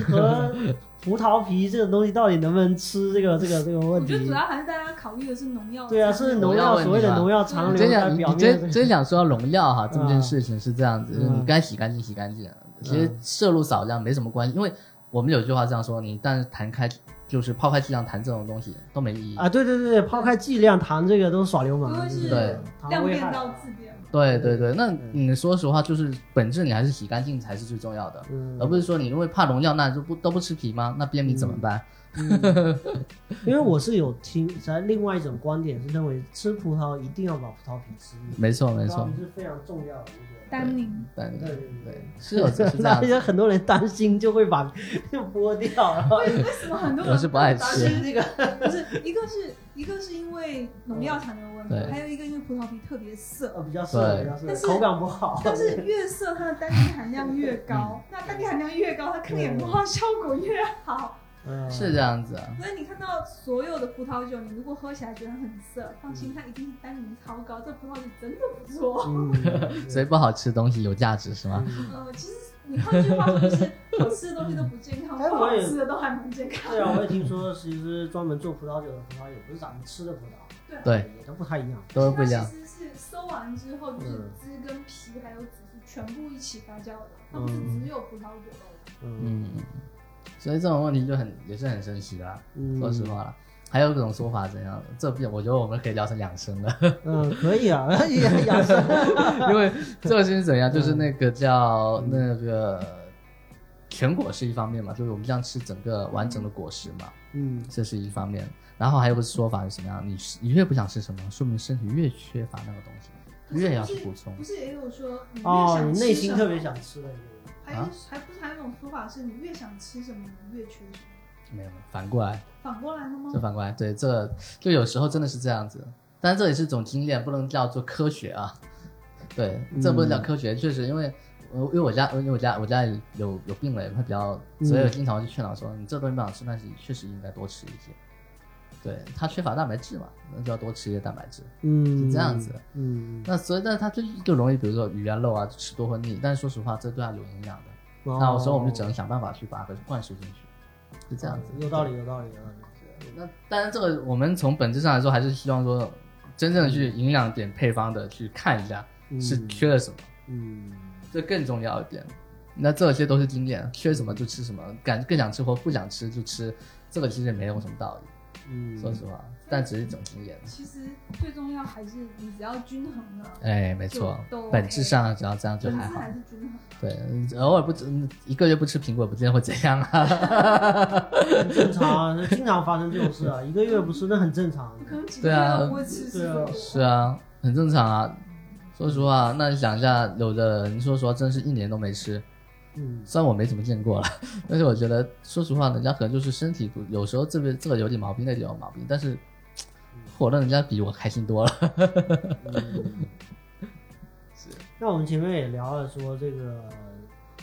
[SPEAKER 2] 和葡萄皮这个东西到底能不能吃，这个这个这个
[SPEAKER 3] 我
[SPEAKER 2] 问
[SPEAKER 3] 觉得主
[SPEAKER 2] 题，
[SPEAKER 3] 要还是大家考虑的是农药。
[SPEAKER 2] 对啊，是农
[SPEAKER 1] 农药
[SPEAKER 2] 药
[SPEAKER 1] 问题
[SPEAKER 2] 所谓的
[SPEAKER 1] 吧
[SPEAKER 2] 农药残
[SPEAKER 1] 你
[SPEAKER 2] 留
[SPEAKER 1] 真
[SPEAKER 2] 在
[SPEAKER 1] 想你
[SPEAKER 2] 嗯表
[SPEAKER 1] 你
[SPEAKER 2] 面
[SPEAKER 1] 真
[SPEAKER 2] 的，
[SPEAKER 1] 真想说到农药哈，这么件事情是这样子，就
[SPEAKER 2] 嗯
[SPEAKER 1] 是你该洗干净洗干净，啊其实摄入少量没什么关系，因为我们有句话这样说，你但是谈开就是抛开剂量谈这种东西都没意义。
[SPEAKER 2] 啊，对对对，对抛开剂量谈这个都是耍流氓啊
[SPEAKER 3] 因为，
[SPEAKER 2] 这
[SPEAKER 3] 是
[SPEAKER 1] 对
[SPEAKER 2] 糖
[SPEAKER 3] 量
[SPEAKER 2] 危
[SPEAKER 3] 变
[SPEAKER 2] 害
[SPEAKER 3] 到质变嘛。
[SPEAKER 1] 对对
[SPEAKER 2] 嗯
[SPEAKER 1] 对，那你说实话，就是本质你还是洗干净才是最重要的，
[SPEAKER 2] 嗯
[SPEAKER 1] 而不是说你因为怕农药，那就不都不吃皮吗？那便秘怎么办？
[SPEAKER 2] 嗯因为我是有听，咱另外一种观点是认为吃葡萄一定要把葡萄皮吃掉，
[SPEAKER 1] 没错没
[SPEAKER 2] 葡萄
[SPEAKER 1] 错，
[SPEAKER 2] 皮是非常重要的一
[SPEAKER 3] 单宁，
[SPEAKER 1] 对
[SPEAKER 2] 个。对
[SPEAKER 1] 对，是有 是这样
[SPEAKER 2] 那
[SPEAKER 1] 子。
[SPEAKER 2] 些很多人担心就会把就剥掉，然后
[SPEAKER 3] 为什么很多人
[SPEAKER 1] 我 是不爱
[SPEAKER 2] 担
[SPEAKER 1] 吃
[SPEAKER 2] 心这个
[SPEAKER 3] 不是一个是一个是因为农药残留的问
[SPEAKER 1] 对
[SPEAKER 3] 题，还有一个因为葡萄皮特别涩，
[SPEAKER 2] 呃比较涩，
[SPEAKER 1] 对
[SPEAKER 2] 比较涩
[SPEAKER 3] 但，是
[SPEAKER 2] 口感不好。
[SPEAKER 3] 但是越
[SPEAKER 1] 嗯
[SPEAKER 3] 涩它的单宁含量越高，那单宁含量越高，它抗氧化效果越好。
[SPEAKER 2] 嗯，
[SPEAKER 1] 是这样子。啊
[SPEAKER 3] 所以你看到所有的葡萄酒，你如果喝起来觉得很涩，放心，它一定是单宁超高。这葡萄酒真的不错。
[SPEAKER 2] 嗯，
[SPEAKER 1] 所以不好吃的东西有价值是吗？
[SPEAKER 2] 嗯
[SPEAKER 3] 呃，其实你换句话说就是，我吃的东西都不健康，
[SPEAKER 2] 哎
[SPEAKER 3] 不
[SPEAKER 2] 我
[SPEAKER 3] 好
[SPEAKER 2] 也
[SPEAKER 3] 吃的都还蛮健康。
[SPEAKER 2] 对啊，我也听说，其实专门做葡萄酒的葡萄也不是咱们吃的葡萄，
[SPEAKER 3] 对
[SPEAKER 1] 对，
[SPEAKER 2] 也都不太一样。
[SPEAKER 3] 嗯
[SPEAKER 1] 都是不啊一样
[SPEAKER 3] 它。其实是收完之后，就是汁跟皮还有籽是全部一起发酵的，它不是只有葡萄果肉。
[SPEAKER 2] 嗯
[SPEAKER 1] 嗯，所以这种问题就很也是很神奇的啊、
[SPEAKER 2] 嗯，
[SPEAKER 1] 说实话了。还有各种说法怎样的？这不，我觉得我们可以聊成养生了，
[SPEAKER 2] 嗯，可以啊， 也养生。
[SPEAKER 1] 因为这个是怎样？就是那个叫那个全果是一方面嘛，就是我们这样吃整个完整的果实嘛，
[SPEAKER 2] 嗯
[SPEAKER 1] 这是一方面。然后还有个说法是什么样？你吃你越不想吃什么，说明身体越缺乏那个东西，越要去补充
[SPEAKER 3] 不。是也有说你越
[SPEAKER 2] 哦，
[SPEAKER 3] 想
[SPEAKER 2] 你
[SPEAKER 3] 吃啊
[SPEAKER 2] 内心
[SPEAKER 3] 什么
[SPEAKER 2] 特别，想吃的一个人。
[SPEAKER 3] 还有、
[SPEAKER 1] 啊
[SPEAKER 3] 还不是还有一种说法是你越想吃什么，你越缺什么，
[SPEAKER 1] 没有，反过来，
[SPEAKER 3] 反过来了吗
[SPEAKER 1] 这？反过来，对，这就有时候真的是这样子。但这也是一种经验，不能叫做科学啊。对，这不能
[SPEAKER 2] 嗯
[SPEAKER 1] 叫科学，确实因为。我因为我家，因为我家我家里有有病人，会比较，
[SPEAKER 2] 嗯
[SPEAKER 1] 所以我经常就劝导说，你这东西不想吃，但是你确实应该多吃一些。对，它缺乏蛋白质嘛，那就要多吃一些蛋白质。
[SPEAKER 2] 嗯，
[SPEAKER 1] 是这样子。
[SPEAKER 2] 嗯，
[SPEAKER 1] 那所以，但它就更容易，比如说鱼啊肉啊吃多会腻，但是说实话，这对它有营养的。那我
[SPEAKER 2] 哦
[SPEAKER 1] 所以我们就只能想办法去把它灌输进去，是这样子。
[SPEAKER 2] 有道理，有道理，有道理。
[SPEAKER 1] 那当然，这个我们从本质上来说，还是希望说，真正的去营养点配方的去看一下
[SPEAKER 2] 嗯
[SPEAKER 1] 是缺了什么，
[SPEAKER 2] 嗯
[SPEAKER 1] 这更重要一点。那这些都是经验，缺什么就吃什么，感更想吃或不想吃就吃，这个其实也没有什么道理，
[SPEAKER 2] 嗯，
[SPEAKER 1] 说实话，但只是一种经验。
[SPEAKER 3] 其实最重要还是你只要均衡了，
[SPEAKER 1] 哎，没错
[SPEAKER 3] 就都，
[SPEAKER 1] 本质上只要这
[SPEAKER 2] 啊
[SPEAKER 1] 样就
[SPEAKER 3] 本质
[SPEAKER 1] 还好。
[SPEAKER 3] 还是均衡。
[SPEAKER 1] 对，偶尔不吃，嗯一个月不吃苹果，不见得会怎样啊。
[SPEAKER 2] 很正常，啊，经常发生这种事啊，一个月不吃那很正常。
[SPEAKER 3] 可能几个
[SPEAKER 1] 对啊
[SPEAKER 3] 月都不会吃
[SPEAKER 2] 对
[SPEAKER 3] 水
[SPEAKER 2] 啊
[SPEAKER 3] 果，
[SPEAKER 1] 是啊，很正常啊。说实话，那你想一下，有的人说实话，真是一年都没吃，
[SPEAKER 2] 嗯
[SPEAKER 1] 虽然我没怎么见过了， 但是我觉得，说实话，人家可能就是身体不有时候这边这个有点毛病，那个有毛病，但是火了，人家比我开心多了。
[SPEAKER 2] 嗯，
[SPEAKER 1] 是。
[SPEAKER 2] 那我们前面也聊了说这个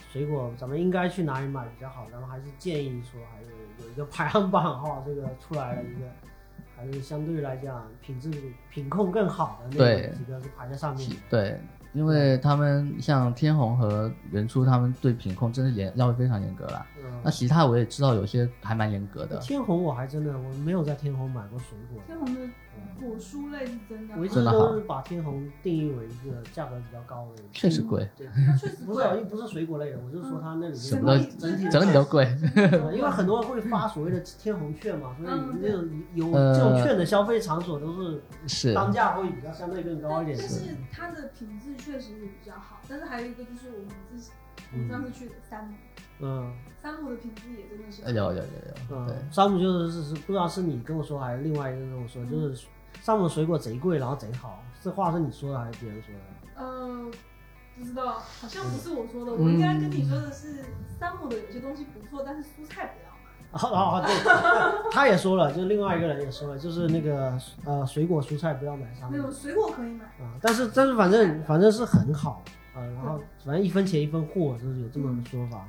[SPEAKER 2] 水果，咱们应该去哪里买比较好？咱们还是建议说，还是有一个排行榜哈，这个出来了一 个，还是相对来讲品质品控更好的那
[SPEAKER 1] 对
[SPEAKER 2] 几个是排在上面的。
[SPEAKER 1] 对，因为他们像天虹和原初，他们对品控真是严要求非常严格啦。那
[SPEAKER 2] 嗯，
[SPEAKER 1] 其他我也知道有些还蛮严格的，
[SPEAKER 2] 天虹我还真的我没有在天虹买过水果，
[SPEAKER 3] 天虹的果蔬类是真的
[SPEAKER 2] 我一
[SPEAKER 3] 好，
[SPEAKER 2] 直都是把天虹定义为一个价格比较高的。
[SPEAKER 1] 确实贵，
[SPEAKER 2] 对，
[SPEAKER 3] 它确实
[SPEAKER 2] 不是啊，
[SPEAKER 3] 贵，
[SPEAKER 2] 又不是水果类的，我就说它那里面
[SPEAKER 1] 什么嗯
[SPEAKER 3] 都
[SPEAKER 2] 整体的
[SPEAKER 1] 整体都 贵。
[SPEAKER 2] 因为很多人会发所谓的天虹券嘛，所以
[SPEAKER 3] 嗯
[SPEAKER 2] 那种有
[SPEAKER 1] 呃
[SPEAKER 2] 这种券的消费场所都是
[SPEAKER 1] 是，
[SPEAKER 2] 单价会比较相对更高一
[SPEAKER 3] 但
[SPEAKER 2] 点。
[SPEAKER 3] 但是它的品质确实是比较好，但是还有一个就是我们自己，我们上次去的山姆，
[SPEAKER 2] 嗯
[SPEAKER 3] 山姆的品质也真的是
[SPEAKER 1] 哎有有有有，对
[SPEAKER 2] 嗯，山姆就是是不知道是你跟我说还是另外一个人跟我说，
[SPEAKER 3] 嗯
[SPEAKER 2] 就是山姆的水果贼贵，然后贼好，这话是你说的还是别人说的？
[SPEAKER 3] 呃，不知道，好像不是我说的，我应该跟你说的是山姆的有些东西不错，但是蔬菜不要买。
[SPEAKER 2] 啊啊啊！ 对，他也说了，就是另外一个人也说了，就是那个呃水果蔬菜不要买山
[SPEAKER 3] 没
[SPEAKER 2] 姆
[SPEAKER 3] 有水果可以买，
[SPEAKER 2] 啊，但是但是反正反正是很好啊，然
[SPEAKER 1] 嗯
[SPEAKER 2] 后反正一分钱一分货，就是有这么个说法。啊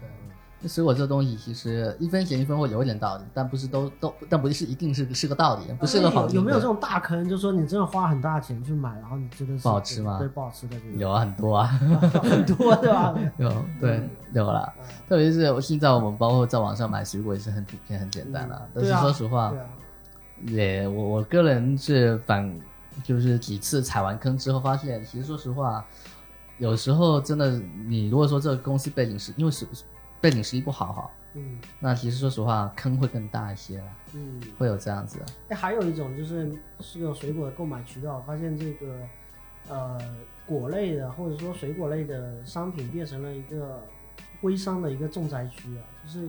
[SPEAKER 1] 那水果这东西其实一分钱一分货有一点道理，但不是都都，但不是一定是是个道理，不是个好
[SPEAKER 2] 哎有有没有这
[SPEAKER 1] 种？
[SPEAKER 2] 种大坑？就说你真的花很大钱去买，然后你真的是
[SPEAKER 1] 不好吃吗
[SPEAKER 2] 对，不好吃的这种
[SPEAKER 1] 有啊，很多啊，
[SPEAKER 2] 很多，对吧？
[SPEAKER 1] 有对
[SPEAKER 2] 嗯
[SPEAKER 1] 有啦。特别是我现在我们包括在网上买水果也是很普遍、很 简单了
[SPEAKER 2] 嗯。
[SPEAKER 1] 但是
[SPEAKER 2] 对啊
[SPEAKER 1] 说实话
[SPEAKER 2] 对，啊，
[SPEAKER 1] 也我我个人是反，就是几次踩完坑之后发现，其实说实话，有时候真的你如果说这个公司背景是因为是背景实力不好哈，
[SPEAKER 2] 嗯
[SPEAKER 1] 那其实说实话坑会更大一些啦，
[SPEAKER 2] 嗯。
[SPEAKER 1] 会有这样子的。
[SPEAKER 2] 哎，还有一种就是是有水果的购买渠道，发现这个呃果类的或者说水果类的商品变成了一个微商的一个重灾区啊， 就是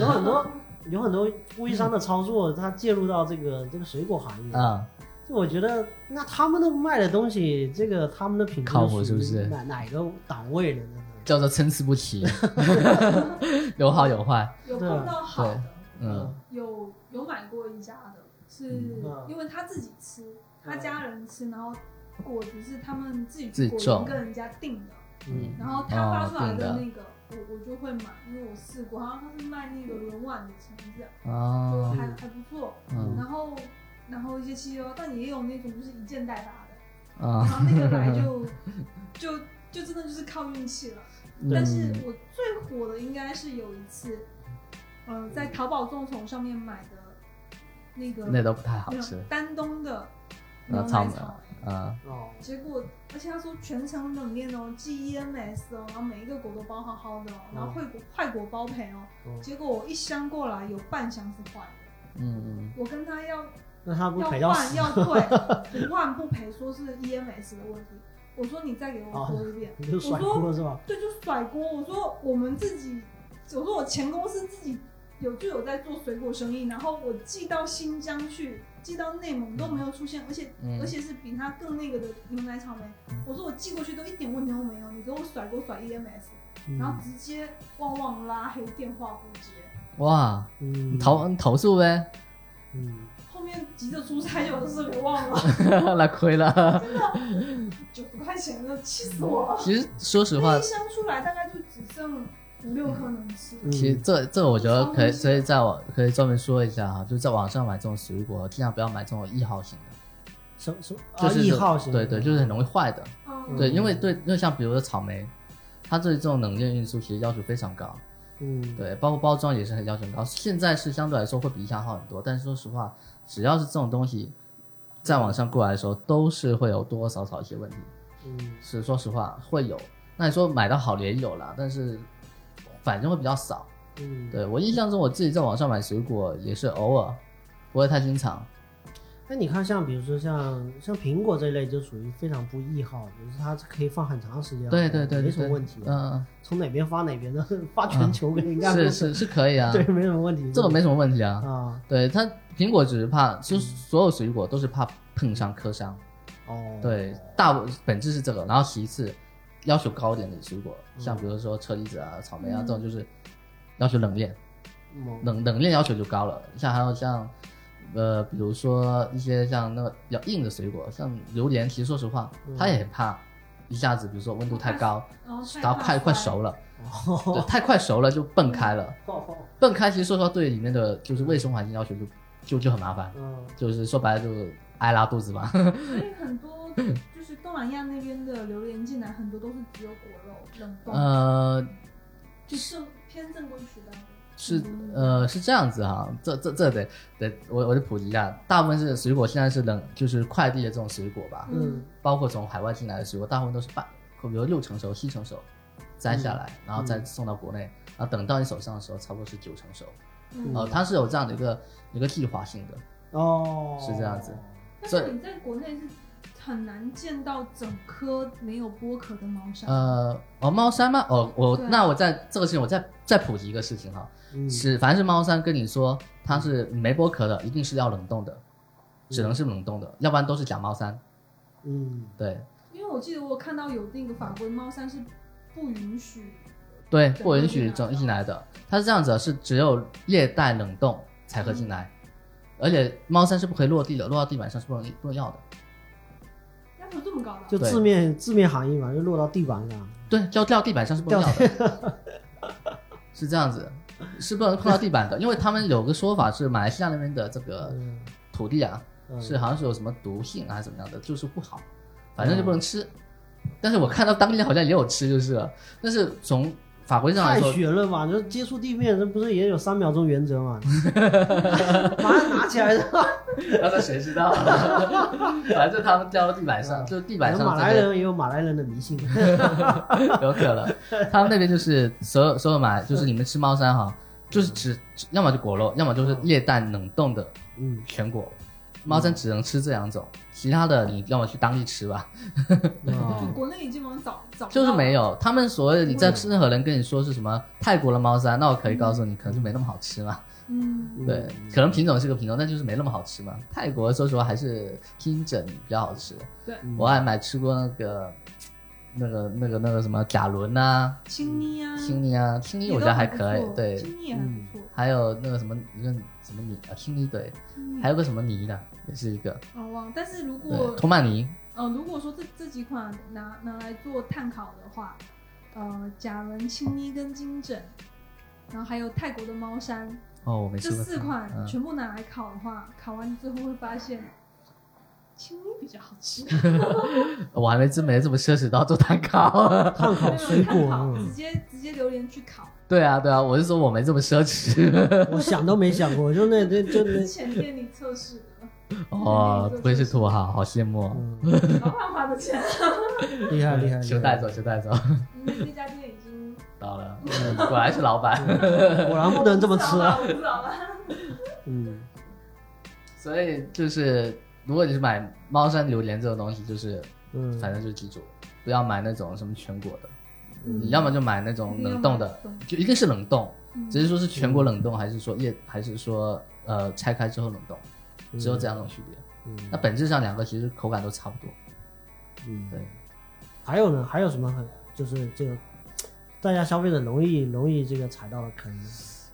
[SPEAKER 2] 有很多有很多微商的操作，它介入到这个这个水果行业
[SPEAKER 1] 啊、
[SPEAKER 2] 就我觉得，那他们的卖的东西，这个他们的品质
[SPEAKER 1] 靠谱是不是
[SPEAKER 2] 属于哪哪个档位的呢？
[SPEAKER 1] 叫做参差不 齐，有好有坏。
[SPEAKER 3] 有碰到好的，
[SPEAKER 1] 嗯，
[SPEAKER 3] 有有买过一家的，是
[SPEAKER 2] 嗯
[SPEAKER 3] 因为他自己吃，他家人吃，然后果子是他们自己
[SPEAKER 1] 自己
[SPEAKER 3] 果
[SPEAKER 1] 种
[SPEAKER 3] 园跟人家订的，
[SPEAKER 2] 嗯
[SPEAKER 1] 哦
[SPEAKER 3] 然后他发出来的那个我我就会买，因为我试过，好像它是卖那个轮碗的橙子，就
[SPEAKER 1] 哦，
[SPEAKER 3] 还还不错。
[SPEAKER 1] 嗯
[SPEAKER 3] 然后然后一些汽油，但也有那种就是一件代发的，
[SPEAKER 2] 嗯
[SPEAKER 3] 然
[SPEAKER 1] 啊，
[SPEAKER 3] 后那个来 就就就真的就是靠运气了。
[SPEAKER 1] 嗯
[SPEAKER 3] 但是我最火的应该是有一次，嗯、在淘宝众筹上面买的那个
[SPEAKER 1] 那都不太好
[SPEAKER 3] 没有
[SPEAKER 2] 啊
[SPEAKER 1] 吃，
[SPEAKER 3] 丹东的
[SPEAKER 1] 那
[SPEAKER 3] 牛
[SPEAKER 1] 草
[SPEAKER 3] 奶
[SPEAKER 1] 莓
[SPEAKER 3] 草莓，
[SPEAKER 1] 啊，
[SPEAKER 2] 哦，
[SPEAKER 3] 结果而且他说全程冷链哦，GEMS 哦，然后每一个果都包好好的哦，然
[SPEAKER 2] 嗯
[SPEAKER 3] 后惠国泰国包赔哦，
[SPEAKER 2] 嗯
[SPEAKER 3] 结果我一箱过来有半箱是坏的，
[SPEAKER 1] 嗯
[SPEAKER 3] 我跟他要
[SPEAKER 2] 那他不
[SPEAKER 3] 要
[SPEAKER 2] 赔到
[SPEAKER 3] 换
[SPEAKER 2] 死？
[SPEAKER 3] 要 退，不换不赔，说是 EMS 的问题，我说你再给
[SPEAKER 2] 哦
[SPEAKER 3] 我说一遍，
[SPEAKER 2] 你就甩锅是吧？
[SPEAKER 3] 对，就甩锅。我说我们自己，我说我前公司自己有就有在做水果生意，然后我寄到新疆去，寄到内蒙都没有出现，而且、
[SPEAKER 1] 嗯
[SPEAKER 3] 而且是比它更那个的牛奶草莓。我说我寄过去都一点问题都没有，你给我甩锅甩 EMS，、
[SPEAKER 2] 嗯
[SPEAKER 3] 然后直接旺旺拉黑电话不接。
[SPEAKER 1] 嗯，哇，
[SPEAKER 2] 嗯
[SPEAKER 1] 你投你投诉呗，
[SPEAKER 2] 嗯，
[SPEAKER 3] 后面急着出差，就把这事给忘了，
[SPEAKER 1] 那亏了。
[SPEAKER 3] 真的九十块钱的，气死我了。
[SPEAKER 1] 其实说实嗯话
[SPEAKER 3] 那一，箱出来大概就只剩五六颗能吃。
[SPEAKER 2] 嗯
[SPEAKER 1] 其实这这我觉得可以，所以在我可以专门说一下哈，就在网上买这种水果，尽量不要买这种易耗型的，
[SPEAKER 2] 什么什么
[SPEAKER 1] 就
[SPEAKER 2] 啊？
[SPEAKER 1] 是
[SPEAKER 2] 易耗型
[SPEAKER 1] 对对，就是很容易坏的。
[SPEAKER 3] 嗯，
[SPEAKER 1] 对，
[SPEAKER 2] 嗯
[SPEAKER 1] 因为对，因为像比如说草莓，它对这种冷链运输其实要求非常高，
[SPEAKER 2] 嗯
[SPEAKER 1] 对，包括包装也是很要求很高。现在是相对来说会比以前好很多，但是说实话，只要是这种东西在网上过来的时候，都是会有多多少少一些问题。
[SPEAKER 2] 嗯
[SPEAKER 1] 是说实话会有。那你说买到好的也有啦，但是反正会比较少。
[SPEAKER 2] 嗯。
[SPEAKER 1] 对我印象中，我自己在网上买水果也是偶尔，不会太经常。
[SPEAKER 2] 那你看，像比如说像像苹果这一类，就属于非常不易耗，就是它可以放很长时间，
[SPEAKER 1] 对对对，对
[SPEAKER 2] 没什么问题啊
[SPEAKER 1] 对。嗯，
[SPEAKER 2] 从哪边发哪边的， 发全球给人家，
[SPEAKER 1] 是是是可以啊，
[SPEAKER 2] 对，没什么问题。
[SPEAKER 1] 这个没什么问题啊。
[SPEAKER 2] 啊，
[SPEAKER 1] 对它苹果只是怕，其实所有水果都是怕碰伤磕伤。
[SPEAKER 2] 哦，
[SPEAKER 1] 对，大本质是这个，然后其次要求高一点的水果，
[SPEAKER 2] 嗯
[SPEAKER 1] 像比如说车厘子啊、草莓啊
[SPEAKER 3] 嗯
[SPEAKER 1] 这种，就是要求冷链。
[SPEAKER 2] 嗯，
[SPEAKER 1] 冷冷链要求就高了，像还有像，呃，比如说一些像那个比较硬的水果，像榴莲，其实说实话，它也很怕一下子，比如说温度太高，
[SPEAKER 3] 然后太
[SPEAKER 1] 然后快快
[SPEAKER 3] 熟，
[SPEAKER 1] 熟了，对，太快熟了就蹦开了，
[SPEAKER 2] 哦
[SPEAKER 1] 蹦开其实说实话对里面的就是卫生环境要求就就就很麻烦，
[SPEAKER 2] 嗯，
[SPEAKER 1] 就是说白了就挨拉肚子嘛。
[SPEAKER 3] 所以很多
[SPEAKER 1] 嗯
[SPEAKER 3] 就是东南亚那边的榴莲进来，很多都是只有果肉冷冻，
[SPEAKER 1] 呃，
[SPEAKER 3] 就是偏正规渠道的。
[SPEAKER 1] 是呃是这样子哈，这这这得得我我得普及一下，大部分是水果现在是冷，就是快递的这种水果吧，
[SPEAKER 2] 嗯
[SPEAKER 1] 包括从海外进来的水果，大部分都是半，比如六成熟、七成熟，摘下
[SPEAKER 3] 嗯
[SPEAKER 1] 来，然后再送到国内，然后等到你手上的时候，差不多是九成熟。
[SPEAKER 3] 嗯，
[SPEAKER 1] 呃，它是有这样的一个一个计划性的，
[SPEAKER 2] 哦，
[SPEAKER 1] 是这样子
[SPEAKER 3] 但
[SPEAKER 1] 所
[SPEAKER 3] 是
[SPEAKER 1] 以
[SPEAKER 3] 你在国内是很难见到整颗没有剥壳的毛山。
[SPEAKER 1] 呃，哦，猫山吗？哦，我
[SPEAKER 3] 对
[SPEAKER 1] 那我在这个事情，我再再普及一个事情哈，
[SPEAKER 2] 嗯，
[SPEAKER 1] 是凡是猫山跟你说它是
[SPEAKER 3] 嗯
[SPEAKER 1] 没剥壳的，一定是要冷冻的，只能是冷冻的，要不然都是假猫山。
[SPEAKER 2] 嗯，
[SPEAKER 1] 对
[SPEAKER 3] 因为我记得我看到有那个法规猫山是不允许，
[SPEAKER 1] 对，
[SPEAKER 3] 对
[SPEAKER 1] 不允许整进来的，它是这样子的，是只有液态冷冻才可进来。而且猫山是不可以落地的，落到地板上是不能不能要的。
[SPEAKER 3] 要求这么高的啊。
[SPEAKER 2] 就字面字面含义嘛，就落到地板上。
[SPEAKER 1] 对，掉掉地板上是不能要的，是这样子，是不能碰到地板的，因为他们有个说法是马来西亚那边的这个
[SPEAKER 2] 嗯，
[SPEAKER 1] 土地啊，
[SPEAKER 2] 嗯
[SPEAKER 1] 是好像是有什么毒性啊还是怎么样的，就是不好，反正就不能吃。但是我看到当地好像也有吃，就是了，但是从法规上来
[SPEAKER 2] 太
[SPEAKER 1] 说，
[SPEAKER 2] 悬了嘛！就接触地面，这不是也有三秒钟 原则嘛？马上拿起来的，
[SPEAKER 1] 那那谁知道？ 反正他们掉到地板上，就是地板上
[SPEAKER 2] 马
[SPEAKER 1] 这
[SPEAKER 2] 来
[SPEAKER 1] 边
[SPEAKER 2] 人嗯也有马来人的迷信。
[SPEAKER 1] 有可能，他们那边就是所有所有买，
[SPEAKER 2] 嗯
[SPEAKER 1] 就是你们吃猫山哈，就是只只要么就果肉，要么就是液氮冷冻的
[SPEAKER 2] 嗯，
[SPEAKER 1] 全果。猫山只能吃这两种，其他的你要么去当地吃吧，
[SPEAKER 3] 就
[SPEAKER 2] 哦
[SPEAKER 3] 啊国内已经往早早
[SPEAKER 1] 就是没
[SPEAKER 3] 有。
[SPEAKER 1] 有。他们所谓的你在任何人跟你说是什么泰国的猫山，那我可以告诉你，可能就没那么好吃嘛。
[SPEAKER 3] 嗯，
[SPEAKER 2] 嗯
[SPEAKER 1] 对，可能品种是个品种，但就是没那么好吃嘛。泰国说实话还是金枕比较好吃。
[SPEAKER 3] 对，
[SPEAKER 1] 我还买吃过那个、那个、那个、那个什么甲伦呐、
[SPEAKER 3] 青泥啊，
[SPEAKER 1] 嗯青泥啊，青泥我觉得还可以
[SPEAKER 3] 也都很不，错
[SPEAKER 1] 对。嗯
[SPEAKER 3] 青泥也很不错。
[SPEAKER 1] 还有那个什么一个什么泥啊，青泥对，
[SPEAKER 3] 青泥
[SPEAKER 1] 还有个什么泥的，也是一个
[SPEAKER 3] 哦，忘。但是如
[SPEAKER 1] 对
[SPEAKER 3] 果
[SPEAKER 1] 托曼尼，
[SPEAKER 3] 呃，如果说这这几款拿拿来做碳烤的话，呃甲人青衣跟金枕，然后还有泰国的猫山，
[SPEAKER 1] 哦，我没
[SPEAKER 3] 这
[SPEAKER 1] 吃过
[SPEAKER 3] 四款
[SPEAKER 1] 嗯
[SPEAKER 3] 全部拿来烤的话，烤完之后会发现青衣比较好 吃，
[SPEAKER 1] 我还没真没怎么奢侈到做蛋糕。
[SPEAKER 2] 碳烤水
[SPEAKER 3] 没有碳
[SPEAKER 2] 果
[SPEAKER 3] 烤，直接直接榴莲去烤，
[SPEAKER 1] 对啊，对啊，我是说我没这么奢 侈。
[SPEAKER 2] 嗯我想都没想过，就那那就那
[SPEAKER 3] 之，前店里测试的，
[SPEAKER 1] 哦，不会是土豪，好羡慕哦。
[SPEAKER 2] 嗯
[SPEAKER 3] 老板花 的钱，
[SPEAKER 2] 厉害厉害，
[SPEAKER 1] 求带走，求带走，
[SPEAKER 3] 那那家店已经
[SPEAKER 1] 到了，嗯果然是老 板。
[SPEAKER 2] 果然 不能这么吃啊，
[SPEAKER 3] 我不知道了，
[SPEAKER 2] 嗯，
[SPEAKER 1] 所以就是，如果你是买猫山榴莲这种东西，就是
[SPEAKER 2] 嗯
[SPEAKER 1] 反正就是记住，不要买那种什么全国的，
[SPEAKER 3] 嗯
[SPEAKER 1] 你要么就买那种冷冻的，就一定是冷冻，
[SPEAKER 3] 嗯
[SPEAKER 1] 只是说是全国冷冻，还是说液，还是说呃拆开之后冷冻，只有这两种区别。那
[SPEAKER 2] 嗯
[SPEAKER 1] 本质上两个其实口感都差不多。
[SPEAKER 2] 嗯
[SPEAKER 1] 对，
[SPEAKER 2] 还有呢，还有什么很就是这个大家消费者容易容易这个踩到的坑？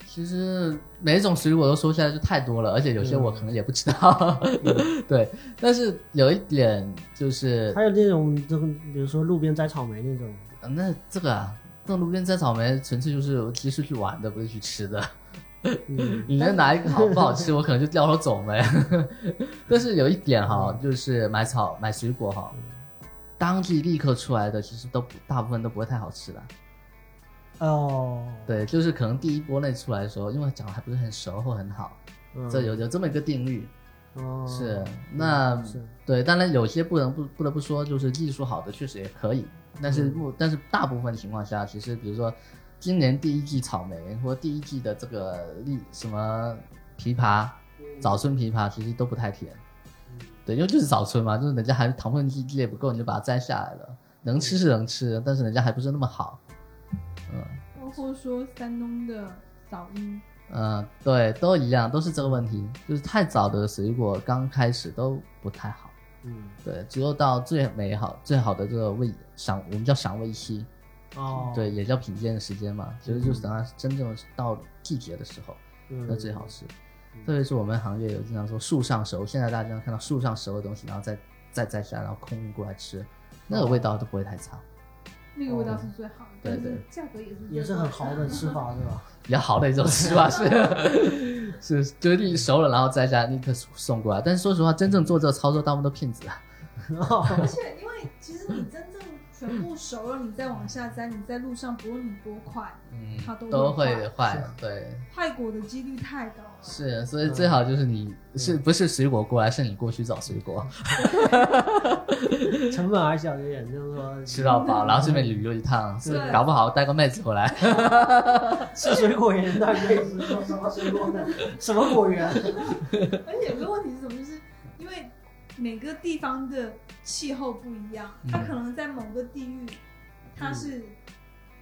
[SPEAKER 1] 其实每种水果都说下来就太多了，而且有
[SPEAKER 2] 嗯
[SPEAKER 1] 些我可能也不知道。 对，但是有一点就是，
[SPEAKER 2] 还有那种这个，比如说路边摘草莓那种，
[SPEAKER 1] 呃那这个啊，弄路边摘草莓纯粹就是其实去玩的，不是去吃的。
[SPEAKER 2] 嗯
[SPEAKER 1] 你能拿一个好不好吃，我可能就掉头走呗。 但是有一点哈，就是买草买水果哈，当季立刻出来的其实都不大部分都不会太好吃的。
[SPEAKER 2] 哦，
[SPEAKER 1] 对，就是可能第一波那出来的时候，因为长得还不是很熟或很好，
[SPEAKER 2] 嗯
[SPEAKER 1] 这有有这么一个定律。
[SPEAKER 2] 哦
[SPEAKER 1] 是，嗯那
[SPEAKER 2] 是
[SPEAKER 1] 对，当然有些不能不不得不说，就是技术好的确实也可以，但是目、但是大部分情况下，其实比如说今年第一季草莓或第一季的这个栗什么枇杷，早春枇杷其实都不太甜，
[SPEAKER 2] 嗯
[SPEAKER 1] 对，因为就是早春嘛，就是人家还糖分积累不够，你就把它摘下来了，能吃是能吃，但是人家还不是那么好，
[SPEAKER 3] 包括说山东的枣樱，
[SPEAKER 1] 嗯、对，都一样，都是这个问题，就是太早的水果刚开始都不太好。
[SPEAKER 2] 嗯
[SPEAKER 1] 对，只有到最美好、最好的这个位赏，我们叫赏味期，
[SPEAKER 2] 哦，
[SPEAKER 1] 对，也叫品鉴的时间嘛。其实就是等它真正到季节的时候，
[SPEAKER 2] 嗯，
[SPEAKER 1] 那最好吃。特别是我们行业有经常说树上熟，现在大家经常看到树上熟的东西，然后再再摘下来，然后空运过来吃，
[SPEAKER 2] 哦
[SPEAKER 1] 那个味道都不会太差。
[SPEAKER 3] 那个味道是最好的，但
[SPEAKER 1] 对
[SPEAKER 3] 是
[SPEAKER 1] 对
[SPEAKER 3] 价格也是
[SPEAKER 2] 也是很豪的吃法是吧？
[SPEAKER 1] 比较好的一种吃法是 是，就是你熟了然后摘下来立刻送过来。但是说实话，真正做这个操作大部分都骗子啊。
[SPEAKER 3] 而且因为其实你真正全部熟了，你再往下摘，你在路上不论你多快，
[SPEAKER 1] 嗯
[SPEAKER 3] 它都
[SPEAKER 1] 都
[SPEAKER 3] 会
[SPEAKER 1] 会坏，对。
[SPEAKER 3] 坏果的几率太高了。
[SPEAKER 1] 是，所以最好就是你、是不是水果过来，是你过去找水果，
[SPEAKER 2] 成本还小一点，就是说
[SPEAKER 1] 吃到饱，然后顺便旅游一趟，是
[SPEAKER 3] 对
[SPEAKER 1] 搞不好带个妹子回来。
[SPEAKER 2] 吃水果园大概是说什么水果呢？ 什么果园？
[SPEAKER 3] 而且有个问题是什么？就是因为每个地方的气候不一样，
[SPEAKER 1] 嗯
[SPEAKER 3] 它可能在某个地域它是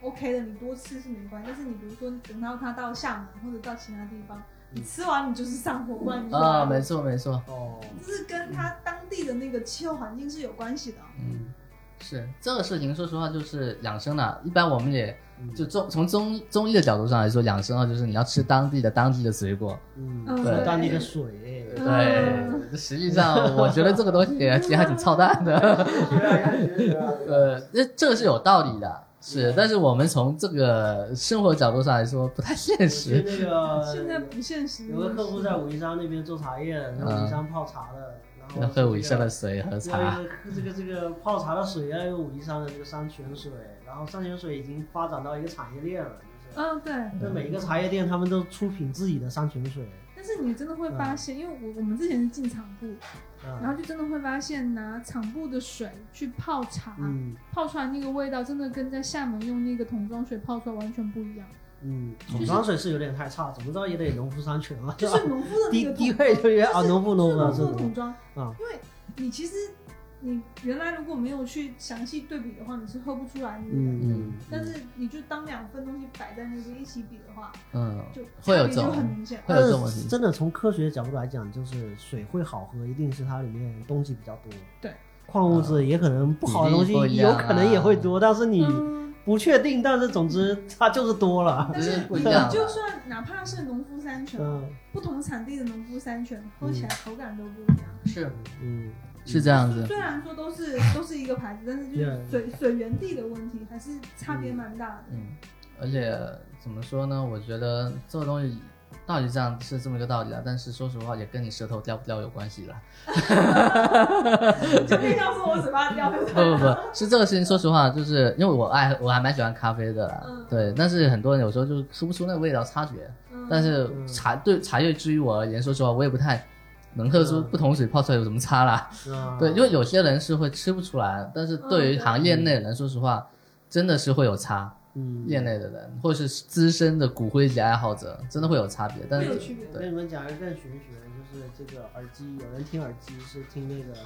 [SPEAKER 3] OK 的，你多吃是没关系。但是你比如说等到它到厦门或者到其他地方，你吃完你就是上火罐，你就
[SPEAKER 1] 啊、没错没错，
[SPEAKER 2] 哦，
[SPEAKER 3] 这是跟它当地的那个气候环境是有关系的。哦
[SPEAKER 1] 嗯，是这个事情，说实话就是养生啦、一般我们也
[SPEAKER 2] 嗯
[SPEAKER 1] 就中从中中医的角度上来说，养生啊，就是你要吃当地的当地的水果。
[SPEAKER 2] 嗯，
[SPEAKER 3] 嗯
[SPEAKER 2] 喝
[SPEAKER 1] 对
[SPEAKER 2] 当地的水，
[SPEAKER 3] 嗯
[SPEAKER 1] 对，实际上我觉得这个东西也挺还挺操蛋的。 呃，这这个是有道理的，是，但是我们从这个生活角度上来说不太现实
[SPEAKER 2] 是。那个
[SPEAKER 3] 现在不现实，
[SPEAKER 2] 呃有个客户在武夷山那边做茶叶，然后武夷山泡茶的，然后
[SPEAKER 1] 要喝武夷山的
[SPEAKER 2] 这
[SPEAKER 1] 水喝
[SPEAKER 2] 个
[SPEAKER 1] 茶，
[SPEAKER 2] 这个这个这个泡茶的水要用武夷山的这个山泉水，然后山泉水已经发展到一个产业链了，就是
[SPEAKER 3] 嗯、对。
[SPEAKER 2] 那每一个茶叶店他们都出品自己的山泉水，
[SPEAKER 3] 但是你真的会发现，因为我我们之前是进厂部，然
[SPEAKER 2] 嗯
[SPEAKER 3] 后就真的会发现拿厂部的水去泡茶，
[SPEAKER 2] 嗯
[SPEAKER 3] 泡出来那个味道真的跟在厦门用那个桶装水泡出来完全不一样，
[SPEAKER 2] 嗯，桶装水是有点太差，怎么着也得农夫山泉嘛，
[SPEAKER 3] 就
[SPEAKER 2] 吧
[SPEAKER 3] 是农夫的那
[SPEAKER 2] 低
[SPEAKER 3] 个
[SPEAKER 2] 啊低
[SPEAKER 3] 桶
[SPEAKER 2] 配就觉得啊，
[SPEAKER 3] 就是
[SPEAKER 2] 农夫
[SPEAKER 3] 就
[SPEAKER 2] 农
[SPEAKER 3] 是
[SPEAKER 2] 夫
[SPEAKER 3] 农
[SPEAKER 2] 农
[SPEAKER 3] 夫的
[SPEAKER 2] 夫，
[SPEAKER 3] 桶装
[SPEAKER 2] 啊，
[SPEAKER 3] 因为你其实你原来如果没有去详细对比的话，你是喝不出来那个的。
[SPEAKER 2] 嗯
[SPEAKER 3] 但是你就当两份东西摆在那边一起比的话，
[SPEAKER 1] 嗯，
[SPEAKER 3] 就
[SPEAKER 1] 会有
[SPEAKER 3] 差别就
[SPEAKER 1] 这种
[SPEAKER 3] 很明显。
[SPEAKER 1] 会有这种
[SPEAKER 2] 但
[SPEAKER 1] 问
[SPEAKER 2] 是
[SPEAKER 1] 题
[SPEAKER 2] 真的从科学角度来讲，就是水会好喝，一定是它里面东西比较多。
[SPEAKER 3] 对，
[SPEAKER 2] 矿物质也可能不好的东西
[SPEAKER 1] 比例不一
[SPEAKER 2] 有
[SPEAKER 1] 样啊
[SPEAKER 2] 可能也会多，但是你
[SPEAKER 3] 嗯，
[SPEAKER 2] 不确定，但是总之它就是多了。
[SPEAKER 3] 但
[SPEAKER 1] 只
[SPEAKER 3] 是
[SPEAKER 1] 是不一
[SPEAKER 3] 你
[SPEAKER 2] 啊
[SPEAKER 1] 样
[SPEAKER 3] 就
[SPEAKER 1] 了
[SPEAKER 3] 算哪怕是农夫山泉，
[SPEAKER 2] 嗯
[SPEAKER 3] 不同产地的农夫山泉喝起来口感都不一样。
[SPEAKER 1] 是
[SPEAKER 2] 嗯，
[SPEAKER 1] 是这样子，
[SPEAKER 3] 虽然说都是都是一个牌子，但是就是水水源地的问题还是差别蛮大的。
[SPEAKER 1] 嗯，而且怎么说呢？我觉得这个东西道理上是这么一个道理啊，但是说实话也跟你舌头掉不掉有关系了。嗯
[SPEAKER 3] 就那要说我嘴巴 掉
[SPEAKER 1] 不不不是这个事情，说实话，就是因为我爱我还蛮喜欢咖啡的啦，
[SPEAKER 3] 嗯
[SPEAKER 1] 对，但是很多人有时候就是吃不出那个味道差觉。
[SPEAKER 3] 嗯
[SPEAKER 1] 但是茶对茶叶至于我而言，说实话，我也不太能喝出
[SPEAKER 2] 嗯
[SPEAKER 1] 不同水泡出来有什么差啦。
[SPEAKER 2] 啊
[SPEAKER 1] 对，因为有些人是会吃不出来，但是对于
[SPEAKER 3] 嗯
[SPEAKER 1] 行业内的人，说实话，真的是会有差。
[SPEAKER 2] 嗯，
[SPEAKER 1] 业内的人，或者是资深的骨灰级爱好者，真的会有差别。但
[SPEAKER 3] 会有
[SPEAKER 1] 是
[SPEAKER 3] 区别。
[SPEAKER 2] 我跟你们讲一个更玄学的，就是这个耳机，有人听耳机是听那个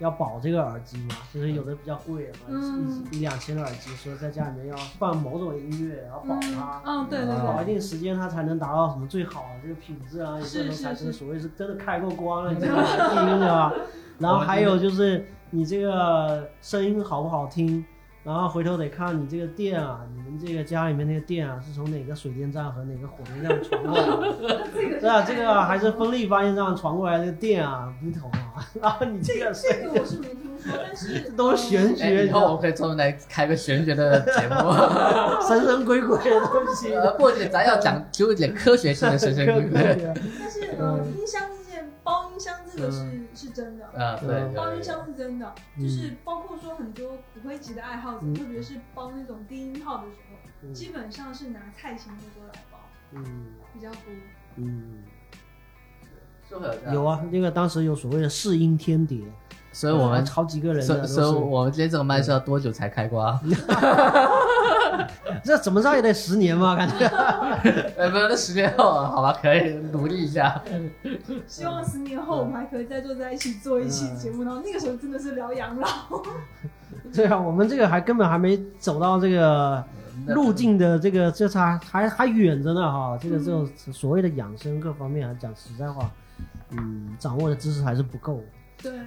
[SPEAKER 2] 要保这个耳机嘛，就是有的比较贵嘛，
[SPEAKER 3] 嗯
[SPEAKER 2] 一一两千的耳机，说在家里面要放某种音乐，然后保它。
[SPEAKER 3] 嗯，对对
[SPEAKER 2] 保一
[SPEAKER 3] 对，
[SPEAKER 2] 定时间，它才能达到什么最好的这个品质啊，有
[SPEAKER 3] 是
[SPEAKER 2] 可能
[SPEAKER 3] 是
[SPEAKER 2] 才是
[SPEAKER 3] 是
[SPEAKER 2] 所谓是真的开过光 了，你才能听对吧？然后还有就是你这个声音好不好听，然后回头得看你这个电啊，你们这个家里面那个电啊是从哪个水电站和哪个火电站传过来的？
[SPEAKER 3] 这个
[SPEAKER 2] 对啊，这个还是分力发电站传过来的电啊，不同啊。然后你这
[SPEAKER 3] 这
[SPEAKER 2] 个
[SPEAKER 3] 个
[SPEAKER 2] 是
[SPEAKER 3] 这个我是没听说，但是呃
[SPEAKER 2] 这都是玄
[SPEAKER 1] 哎
[SPEAKER 2] 学，
[SPEAKER 1] 以后我们可以专门来开个玄学的节目，
[SPEAKER 2] 神神鬼鬼的东西。
[SPEAKER 1] 呃不仅咱要讲究一点科学性的神神鬼鬼。
[SPEAKER 3] 但是呃，
[SPEAKER 2] 嗯
[SPEAKER 3] 音箱这件包音箱这个是、是真的，
[SPEAKER 1] 啊，对对
[SPEAKER 3] 包音
[SPEAKER 1] 对，
[SPEAKER 3] 箱是真的，
[SPEAKER 2] 嗯
[SPEAKER 3] 就是包括说很多骨灰级的爱好者，
[SPEAKER 2] 嗯
[SPEAKER 3] 特别是包那种低音炮的时候，
[SPEAKER 2] 嗯
[SPEAKER 3] 基本上是拿菜型的歌来包
[SPEAKER 2] 嗯
[SPEAKER 3] 比较多。
[SPEAKER 2] 嗯，
[SPEAKER 1] 是会有这样
[SPEAKER 2] 有。啊，那个当时有所谓的试音天碟，
[SPEAKER 1] 所以我们，
[SPEAKER 2] 好几啊个人
[SPEAKER 1] 所以
[SPEAKER 2] 的
[SPEAKER 1] 所以
[SPEAKER 2] 都
[SPEAKER 1] 我们今天这个麦是要多久才开瓜？
[SPEAKER 2] 是，这怎么着也得十年吧，感觉。
[SPEAKER 1] 呃，不，那十年后啊，好吧，可以努力一下。
[SPEAKER 3] 希望十年后我
[SPEAKER 2] 嗯
[SPEAKER 3] 们还可以再坐在一起做一期节目，然后那个时候真的是聊养老，
[SPEAKER 2] 对啊，我们这个还根本还没走到这个路径的这个，这差还还远着呢哈。这个这种所谓的养生各方面，还讲实在话，嗯，掌握的知识还是不够。
[SPEAKER 3] 对。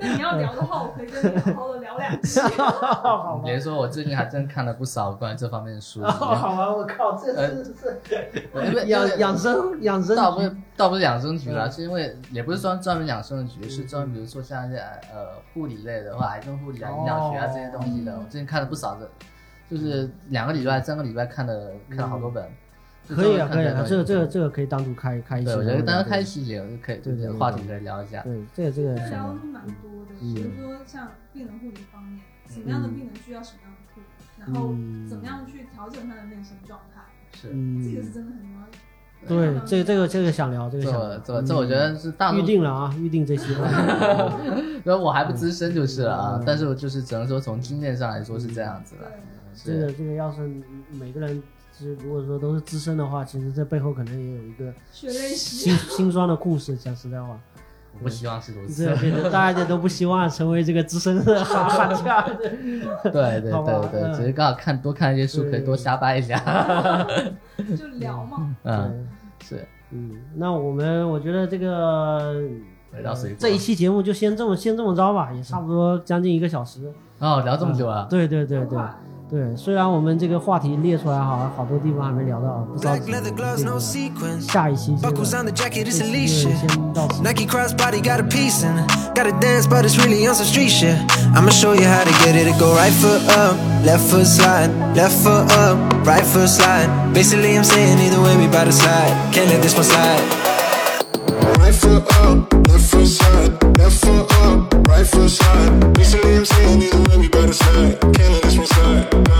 [SPEAKER 3] 那你要聊的话，我可以跟你好好的聊两期。
[SPEAKER 2] 好
[SPEAKER 1] 你别说，我最近还真看了不少关于这方面的书。
[SPEAKER 2] 哦好玩，我靠，这
[SPEAKER 1] 呃
[SPEAKER 2] 是
[SPEAKER 1] 因为
[SPEAKER 2] 这养养生养生
[SPEAKER 1] 倒不是倒不是养生局啦，
[SPEAKER 2] 嗯
[SPEAKER 1] 是因为也不是专专门养生的局，
[SPEAKER 2] 嗯
[SPEAKER 1] 是专门比如说像一些呃护理类的，或者癌症护理啊、营养学啊
[SPEAKER 2] 哦嗯
[SPEAKER 1] 这些东西的。我最近看了不少的，就是两个礼拜、三个礼拜看的看了好多本。就
[SPEAKER 2] 可以啊，
[SPEAKER 1] 专门看
[SPEAKER 2] 可以啊，这个这个
[SPEAKER 1] 些东西
[SPEAKER 2] 这个可以单独开开一期
[SPEAKER 1] 对，
[SPEAKER 2] 聊
[SPEAKER 1] 我
[SPEAKER 2] 聊。
[SPEAKER 1] 觉得单开啊一期节目可以，
[SPEAKER 2] 对对
[SPEAKER 1] 这个
[SPEAKER 2] 对
[SPEAKER 1] 话题可以聊一下。
[SPEAKER 2] 对这个这个
[SPEAKER 3] 聊
[SPEAKER 2] 什
[SPEAKER 3] 的
[SPEAKER 2] 么
[SPEAKER 3] 是蛮多的，
[SPEAKER 2] 嗯
[SPEAKER 3] 比如说像病人护理方面，什么样的病人需要什么样的护理，然后
[SPEAKER 2] 嗯
[SPEAKER 3] 怎么样去调整他的内心状态，
[SPEAKER 1] 是，
[SPEAKER 3] 这个
[SPEAKER 2] 嗯
[SPEAKER 3] 是，真的很重要。
[SPEAKER 2] 对，这个这个这个想聊，这个
[SPEAKER 1] 这
[SPEAKER 2] 想
[SPEAKER 1] 我
[SPEAKER 2] 聊，
[SPEAKER 1] 这我
[SPEAKER 2] 嗯
[SPEAKER 1] 这我觉得是大
[SPEAKER 2] 预
[SPEAKER 1] 陆，
[SPEAKER 2] 定了啊，预定这期了。
[SPEAKER 1] 因为我还不资深就是了啊
[SPEAKER 2] 嗯，
[SPEAKER 1] 但是我就是只能说从经验上来说是这样子
[SPEAKER 3] 对
[SPEAKER 1] 的。，
[SPEAKER 2] 这
[SPEAKER 1] 是
[SPEAKER 2] 个这个要是每个人。是，如果说都是资深的话，其实这背后可能也有一个
[SPEAKER 3] 血泪 史。
[SPEAKER 2] 心心酸的故事。讲实 在话，
[SPEAKER 1] 我不希望是如此
[SPEAKER 2] 这。别的大家都不希望成为这个资深的哈哈家。
[SPEAKER 1] 对对
[SPEAKER 2] 好吧
[SPEAKER 1] 对对，
[SPEAKER 2] 嗯
[SPEAKER 1] 只是刚好看多看一些书，可以多瞎掰一下。
[SPEAKER 3] 就聊嘛，
[SPEAKER 1] 嗯，
[SPEAKER 2] 对
[SPEAKER 1] 是
[SPEAKER 2] 嗯，那我们我觉得这个
[SPEAKER 1] 回到水果
[SPEAKER 2] 这一期节目就先这么先这么着吧，也差不多将近一个小时。
[SPEAKER 1] 哦，聊这么久啊，
[SPEAKER 2] 对对对对对，虽然我们这个话题列出来好像好多地方还没聊到，不知道
[SPEAKER 4] Black
[SPEAKER 2] 怎么
[SPEAKER 4] leather
[SPEAKER 2] 定
[SPEAKER 4] gloves, no
[SPEAKER 2] 的。
[SPEAKER 4] sequins.
[SPEAKER 2] 下一期这个
[SPEAKER 4] Buckles on the jacket,
[SPEAKER 2] 这
[SPEAKER 4] it's
[SPEAKER 2] 期
[SPEAKER 4] a
[SPEAKER 2] 就
[SPEAKER 4] leash. shit.
[SPEAKER 2] 先到此。
[SPEAKER 4] Nike crossbody got a piece in it. Gotta dance, but it's really on some street shit. I'ma show you how to get it. It go right foot up, left foot slide, left foot up, right foot slide. Basically, I'm saying either way, we bout to slide. Can't let this one slide.
[SPEAKER 5] Right foot up, left foot side. Left foot up, right foot side. Recently, I'm saying either way, we better slide. Can't let this one slide.